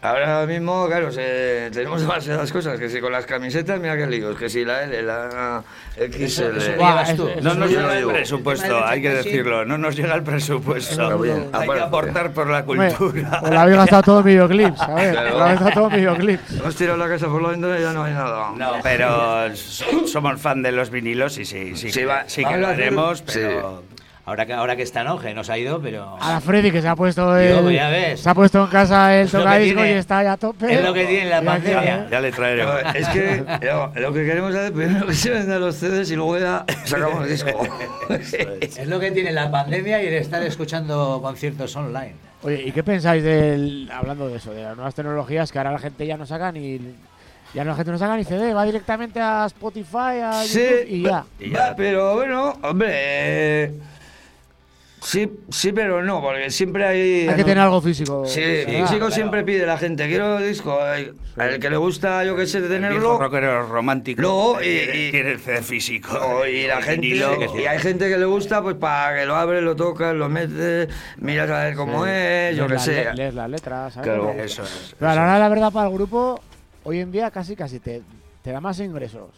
S3: ahora mismo, claro, se- tenemos <laughs> demasiadas cosas. Que si con las camisetas, mira qué líos. Que si la L, la XL.
S2: Eso- eso
S1: Buah,
S2: llevas
S1: eso-
S2: tú.
S1: eso
S4: eh, No nos
S3: yo lo
S4: llega el
S3: digo.
S4: presupuesto, hay que decirlo. No nos llega el
S3: Está
S4: presupuesto.
S3: bien,
S4: Hay que
S3: aparte.
S4: aportar por la
S1: Hombre,
S4: cultura.
S1: Os lo habéis gastado todo en videoclips, a ver.
S3: Claro.
S1: Os lo habéis gastado todo en videoclips.
S3: Hemos tirado la casa por la ventana y ya no hay nada.
S4: No, pero so- somos fan de los vinilos y sí, sí,
S3: Sí,
S4: que-
S3: va-
S4: sí que
S3: vamos
S4: lo
S3: a hacer-
S4: haremos,
S3: sí.
S4: pero
S2: Ahora que, ahora que está en auge, nos ha ido, pero.
S1: A la Freddy que se ha puesto
S2: Digo,
S1: el-
S2: ya ves.
S1: se ha puesto en casa el
S2: Es lo que
S1: tocadisco y
S2: tiene-
S1: está ya a tope.
S2: es lo que tiene la
S1: Mira que-
S2: pandemia.
S4: ya le traeremos.
S3: Pero es que lo, lo que queremos hacer primero que se vendan los CDs y luego ya <laughs> sacamos el disco.
S1: <laughs>
S2: Es lo que tiene la pandemia y el estar escuchando conciertos online.
S1: Oye, ¿y qué pensáis del hablando de eso, de las nuevas tecnologías que ahora la gente ya no saca ni ya la gente no saca ni CD, va directamente a Spotify, a YouTube y ya.
S4: Y ya.
S3: va, pero bueno, hombre. eh, sí, sí, pero no, porque siempre hay.
S1: Hay que tener algo físico.
S3: Sí,
S1: ¿verdad?
S3: el chico siempre pide la gente, quiero disco. eh, Al que le gusta, yo que sé,
S4: El viejo
S3: tenerlo.
S4: rockero romántico.
S3: Luego, y-
S4: eh,
S3: y-
S4: quiere el CD físico.
S3: o- y la
S4: el
S3: gente
S4: vinilo.
S3: y hay gente que le gusta pues para que lo abre, lo toca, lo mete, miras a ver cómo es, yo
S1: Lees
S3: que
S1: las
S3: sé.
S1: le- Lees las letras, ¿sabes?
S3: Claro.
S1: Pero
S4: Eso es.
S1: a la hora de la verdad para el grupo, hoy en día casi casi te, te da más ingresos.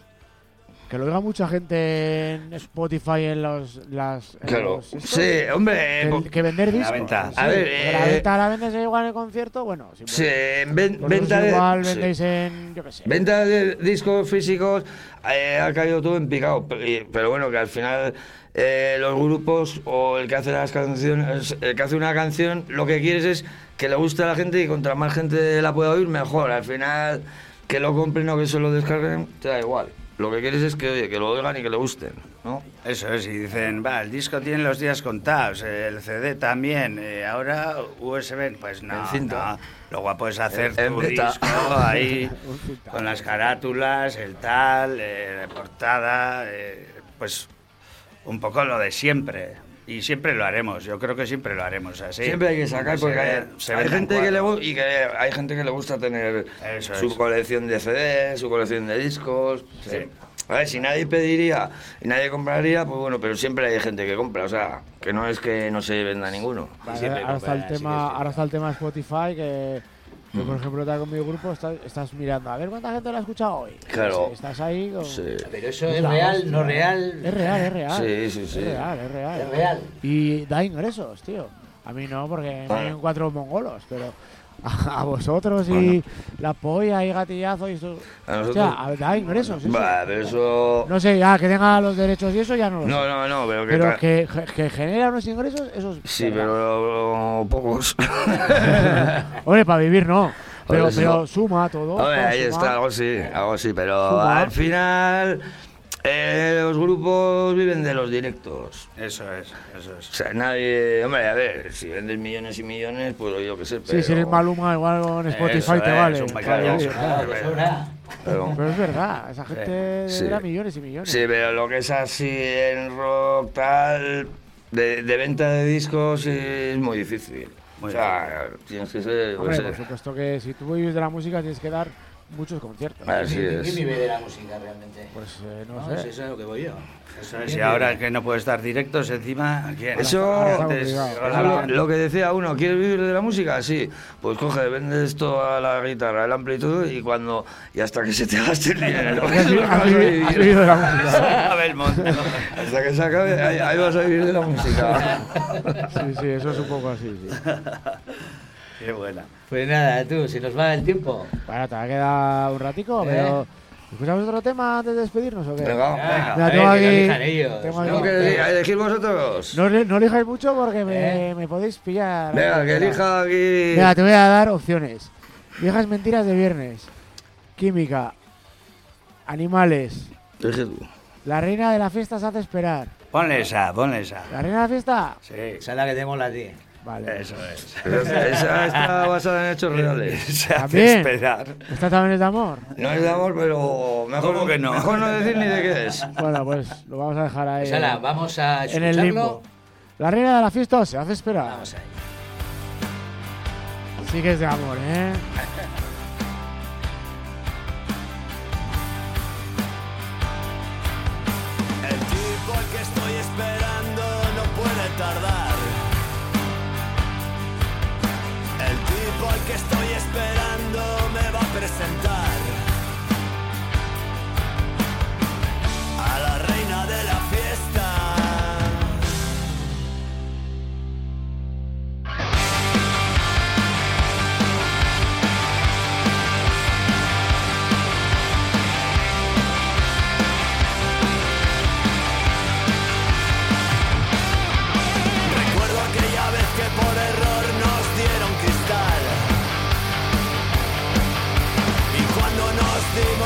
S1: Que lo diga mucha gente en Spotify en los las en
S3: Claro.
S1: los estos,
S3: Sí, eh, hombre, pues
S1: que,
S3: po-
S1: que vender discos.
S4: venta.
S1: sí.
S3: A ver,
S1: Pero la
S3: eh,
S1: venta la vendes igual en el concierto, bueno, sí,
S3: sí,
S1: bueno.
S3: en ven-
S1: Vosotros
S3: venta de.
S1: igual
S3: sí.
S1: vendéis en, yo qué sé.
S3: Venta de discos físicos eh, ha caído todo en picado, pe- y- pero bueno, que al final eh, los grupos o el que hace las canciones, el que hace una canción, lo que quieres es que le guste a la gente y contra más gente la pueda oír, mejor. Al final, que lo compren o que se lo descarguen, te da igual. Lo que quieres es que, oye, que lo oigan y que le gusten, ¿no?
S4: Eso es, y dicen, va, el disco tiene los días contados, eh, el CD también, eh, ahora USB, pues no,
S3: En cinta.
S4: no. Lo guapo es hacer
S3: En- en
S4: tu
S3: beta.
S4: disco
S3: <laughs>
S4: ahí, con las carátulas, el tal, eh, la portada, eh, pues un poco lo de siempre. Y siempre lo haremos, yo creo que siempre lo haremos así.
S3: Siempre hay que sacar
S4: Se
S3: porque hay,
S4: ven- se
S3: hay
S4: venden
S3: gente que le
S4: cuadros.
S3: gu- y que hay gente que le gusta tener
S4: Eso
S3: su
S4: es.
S3: colección de CDs, su colección de discos. Eh,
S4: Sí.
S3: A ver, si nadie pediría y nadie compraría, pues bueno, pero siempre hay gente que compra, o sea, que no es que no se venda ninguno.
S1: Vale,
S2: siempre
S1: ahora, está el
S2: comprar, sí
S1: tema,
S2: que es cierto.
S1: ahora está el tema Spotify que, que,
S3: Mm.
S1: por ejemplo está con mi grupo está- estás mirando a ver cuánta gente lo ha escuchado hoy.
S3: Claro.
S1: Sí, Estás ahí con-
S3: Sí,
S2: Pero eso es
S1: La
S2: real,
S1: hostia.
S2: no real.
S1: Es real, es real.
S3: Sí, sí, sí.
S1: Es real, es real.
S2: Es real.
S1: Y da ingresos, tío. A mí no, porque me
S3: Bueno.
S1: vienen cuatro mongolos, pero a, a vosotros y
S3: Bueno.
S1: la polla y gatillazo y eso.
S3: A nosotros-
S1: Hostia, a- da ingresos. eso.
S3: Bah, pero eso.
S1: No sé, ya que tenga los derechos y eso ya no lo
S3: No,
S1: sé.
S3: no, no, pero que.
S1: Pero
S3: tra-
S1: que, ge- que genera unos ingresos, eso es.
S3: Sí,
S1: verdad.
S3: pero
S1: <laughs>
S3: pocos.
S1: Hombre, para vivir no. Pero,
S3: Hombre,
S1: pero
S3: no.
S1: suma todo.
S3: A ver,
S1: todo
S3: ahí
S1: suma.
S3: está, algo así, algo así, pero
S1: Fumar.
S3: al final eh, los grupos viven de los directos.
S4: Eso es, eso
S3: O
S4: es.
S3: sea, nadie, hombre, a ver, si vendes millones y millones, pues yo qué sé, pero...
S1: Sí, si eres Maluma, igual con Spotify
S3: Eso
S1: te
S3: es,
S1: vale.
S3: un
S1: para
S3: paquete,
S1: vivir,
S3: eso,
S1: claro.
S2: Claro, sobra.
S3: pero-
S1: Pero es verdad, esa gente
S3: Sí.
S1: tendrá millones y millones.
S3: sí, pero lo que es así en rock, tal, de, de venta de discos es muy difícil.
S4: Muy
S3: o sea, tienes que ser... yo qué
S1: Hombre,
S3: sé.
S1: por supuesto que si tú vives de la música tienes que dar muchos conciertos.
S3: Así
S2: ¿Quién
S3: es.
S2: vive de la música realmente?
S1: Pues eh, no,
S2: No,
S1: sé.
S2: si eso es lo que voy yo.
S4: Eso es. Y ahora que no puedes dar directos encima, ¿a quién?
S3: Eso,
S1: Ahora está
S3: es-
S1: obligado.
S3: eso lo, lo que decía uno, ¿quieres vivir de la música? Sí, pues coge, vende esto a la guitarra, el amplio y todo, y cuando, y hasta que se te gaste el dinero.
S1: Has vi- has vivi- has vivido de la música.
S3: <laughs> hasta que se acabe, ahí, ahí vas a vivir de la música.
S1: <laughs> Sí, sí, eso es un poco así. Sí.
S4: Qué buena.
S2: Pues nada, tú, si nos va el tiempo.
S1: Bueno, te va a quedar un ratico,
S2: Eh.
S1: pero. ¿Escuchamos otro tema antes de despedirnos o qué?
S3: Venga,
S2: Ah,
S1: Mira, tengo
S2: a ver, que lo
S1: aquí-
S2: elijan ellos.
S1: tengo aquí-
S3: ¿no que decir- a elegir vosotros?
S1: No, le- no elijáis mucho porque me,
S2: Eh.
S1: me podéis pillar.
S3: Venga, que elija
S1: Mira,
S3: aquí...
S1: te voy a dar opciones. Viejas mentiras de viernes. Química. Animales.
S3: Elige tú.
S1: La reina de la fiesta se hace esperar.
S4: Ponle esa, ponle esa.
S1: ¿La reina de la fiesta?
S4: Sí,
S2: Esa es la que te mola a ti.
S1: Vale.
S4: eso es.
S3: Esa esa está basada en hechos reales.
S4: Se hace
S1: También.
S4: esperar.
S1: ¿Esta también es de amor?
S3: No es de amor, pero mejor,
S4: ¿Cómo que no?
S3: mejor no decir ni de qué es.
S1: Bueno, pues lo vamos a dejar ahí.
S2: Pues ala, vamos a
S1: en
S2: escucharlo.
S1: el limbo. La reina de la fiesta se hace esperar.
S2: Vamos ahí.
S1: Sí que es de amor, ¿eh?
S5: El tipo al que estoy esperando no puede tardar. El tipo al que estoy esperando me va a presentar. A la reina de la fiesta. Recuerdo aquella vez que por error nos dieron cristal. Y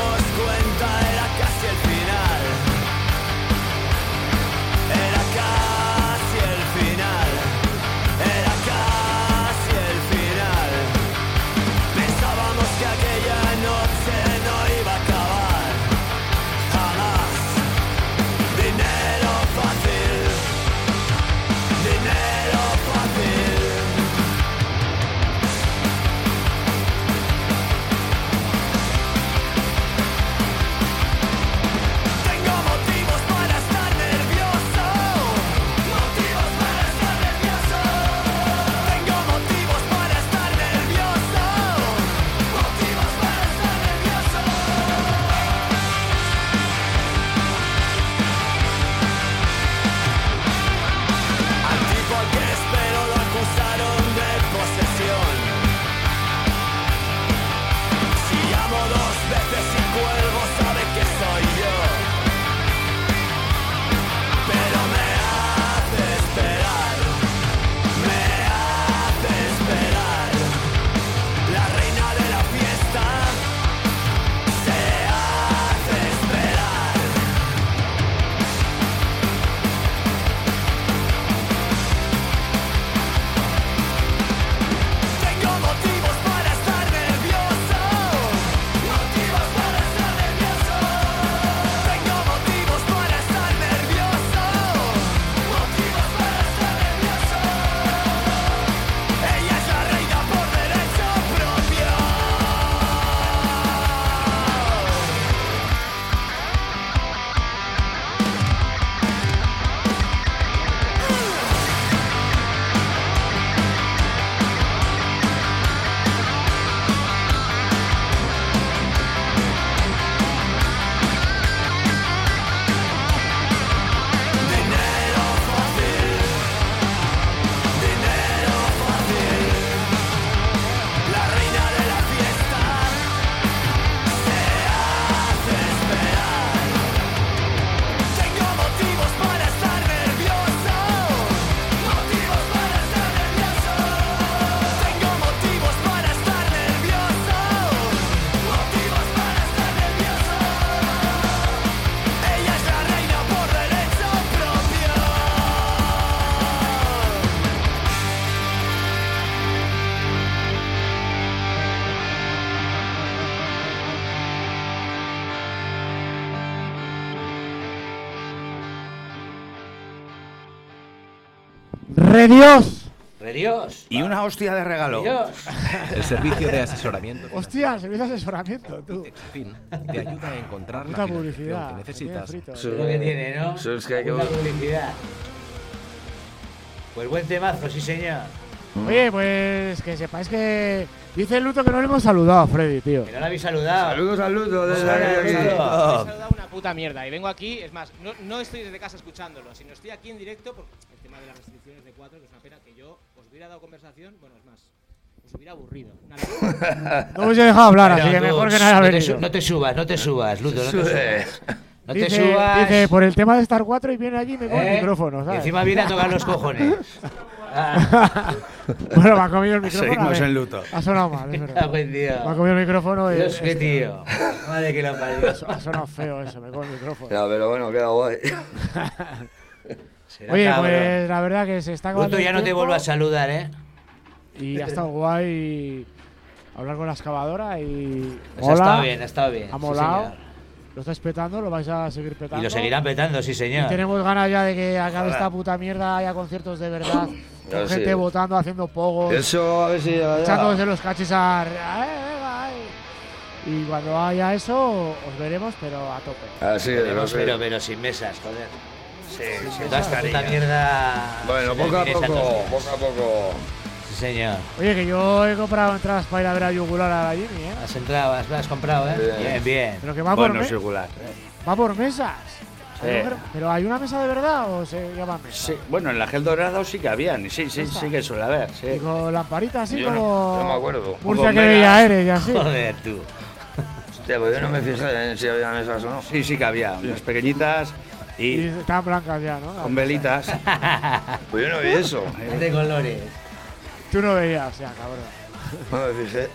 S1: ¡Redios!
S2: Redios.
S4: Y una hostia de regalo.
S3: <laughs>
S2: Dios.
S6: El servicio de asesoramiento.
S1: Hostia, se me hizo asesoramiento, tú.
S6: Fin, te ayuda a encontrar
S1: Puta
S6: la financiación
S1: publicidad.
S6: que
S1: me
S6: necesitas.
S1: tiene frito.
S3: Sí.
S2: Es lo que tiene, ¿no?
S3: Eso es que hay que-
S2: Una publicidad. Pues buen temazo, sí señor.
S1: Oye, pues que sepáis que. Dice Luto que no le hemos saludado a Freddy, tío.
S2: Que no la habéis saludado.
S3: Saludos al Luto
S4: Pues
S3: desde aquí.
S2: Saludos.
S7: Me he saludado una puta mierda y vengo aquí, es más, no, no estoy desde casa escuchándolo, sino estoy aquí en directo por el tema de las restricciones de cuatro, que es una pena que yo os hubiera dado conversación, bueno, es más, os hubiera aburrido. Una locura.
S1: No os he dejado hablar,
S2: Pero
S1: así que
S2: tú,
S1: mejor que
S2: shh,
S1: no haya
S2: no, te
S1: venido.
S2: su- no te subas, no te subas, Luto, no te
S3: Sube.
S2: subas. No te
S1: dice,
S2: subas.
S1: dice, por el tema de Star 4 y viene allí y me coge
S2: ¿eh?
S1: el micrófono,
S2: Y
S1: ¿sabes?
S2: Encima viene a tocar los cojones. Ah,
S1: <laughs> Bueno, me ha comido el micrófono. a
S4: Seguimos
S1: ver.
S4: en luto.
S1: Ha sonado mal, es
S2: <laughs> me
S1: verdad.
S2: cago en Dios.
S1: Me ha comido el micrófono y.
S2: ah, pues, Dios, qué
S1: este,
S2: tío. Madre que lo parió.
S1: Ha sonado feo eso, me coge el micrófono.
S3: Ya, pero bueno, queda guay.
S2: Será
S1: Oye,
S2: cabrón.
S1: pues la verdad que se está acabando.
S2: Luto, ya
S1: el
S2: no te
S1: tiempo
S2: vuelvo a saludar, ¿eh?
S1: Y ha estado guay hablar con la excavadora y.
S2: Pues ha estado bien, ha estado bien.
S1: Ha
S2: sí,
S1: molado.
S2: señor.
S1: lo estáis petando, lo vais a seguir petando.
S2: y lo seguirán petando, sí,
S1: Y
S2: señor.
S1: tenemos ganas ya de que acabe esta puta mierda, haya conciertos de verdad, con
S3: Ya, sí.
S1: gente votando, haciendo pogos,
S3: Eso, a ver si. llega ya.
S1: echándose los cachis a... ¡Ay, venga, ay! Y cuando haya eso, os veremos, pero a tope.
S3: Así es,
S2: Tenemos,
S3: así es.
S2: pero, pero sin mesas, joder.
S3: Sí, sí,
S2: Toda esta puta mierda.
S3: Bueno,
S2: se
S3: poco a
S2: termina esta
S3: poco,
S2: tortura.
S3: poco a poco.
S2: Sí, señor.
S1: Oye, que yo he comprado entradas para ir a ver a Yugular a la Jimmy, ¿eh?
S2: Has entrado, has, has comprado, ¿eh? Bien, bien.
S3: Bien.
S1: Pero que va, por,
S4: Bueno,
S1: me-
S4: singular. ¿eh?
S1: va por mesas. ¿Pero hay una mesa de verdad o se llama mesa?
S4: Sí, bueno, en la Gel Dorado sí que habían, sí, sí, sí que suele haber.
S1: Y
S4: Sí.
S1: con lamparita así
S3: Yo no-
S1: como...
S3: yo me acuerdo.
S1: Murcia
S4: Con
S1: que
S4: velas.
S1: bella eres y así.
S2: Joder, tú.
S3: Hostia, pues yo no me fijé en si había mesas o no.
S4: Sí, sí que había, unas pequeñitas
S1: Y
S4: y
S1: están blancas ya, ¿no? <laughs>
S4: con velitas.
S3: Pues yo no vi eso.
S2: De colores.
S1: Tú no veías, ya, cabrón.
S3: No me fijé.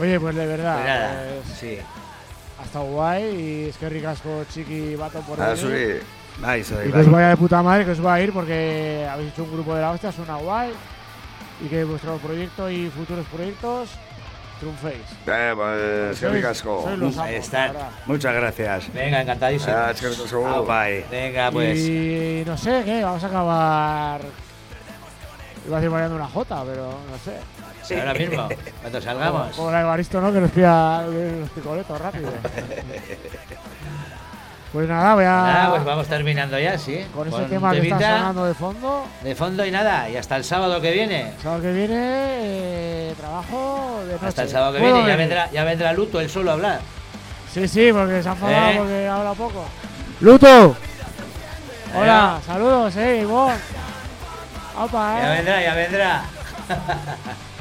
S1: Oye, pues de verdad,
S2: Pues nada,
S1: pues,
S2: sí.
S1: ha estado guay y es que ricasco Chiqui Bato por
S3: Ah,
S1: venir.
S3: sí.
S4: Ahí se
S1: Y pues que os vaya de puta madre, que os va a ir porque habéis hecho un grupo de la hostia, suena guay. Y que vuestro proyecto y futuros proyectos triunféis.
S3: Eh, pues, qué
S1: Sois-
S3: ricasco.
S1: sois los
S2: Ahí
S1: amos,
S2: están.
S1: la verdad.
S4: Muchas gracias.
S2: Venga, encantadísimo.
S3: Ah, es que ricasco.
S4: Ah, bye.
S2: Venga, pues.
S1: Y no sé, ¿qué? Vamos a acabar... Iba a decir variando una jota, pero no sé.
S2: Ahora mismo, cuando salgamos.
S1: Como la de Baristo, ¿no? Que nos pilla los picoletos
S2: <laughs>
S1: rápido. pues nada, voy a...
S2: Nada, pues vamos terminando ya, sí.
S1: Con ese
S2: Con
S1: tema que está
S2: temita
S1: sonando de fondo...
S2: De fondo y nada. Y hasta el sábado que viene.
S1: El sábado que viene, eh, trabajo de noche.
S2: Hasta el sábado que
S1: ¿Puedo
S2: viene ya
S1: venir?
S2: vendrá, ya vendrá Luto él solo a hablar.
S1: Sí, sí, porque se ha enfadado
S2: ¿Eh?
S1: porque habla poco. ¡Luto! Hola, saludos, eh, Ivonne.
S2: Ya
S1: Opa, eh.
S2: vendrá, ya vendrá.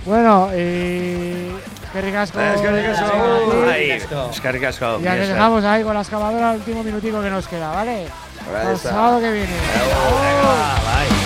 S1: Bueno, y. Qué ricasco.
S3: Es que ricasco.
S1: Venga,
S2: Ay,
S1: sí.
S4: Ahí,
S2: Casco.
S4: es que ricasco.
S1: Ya que dejamos ahí con la excavadora el último minutico que nos queda, ¿vale?
S3: Ahí
S1: Hasta el
S3: está.
S1: sábado que viene.
S3: Bravo.
S4: Ah, bye.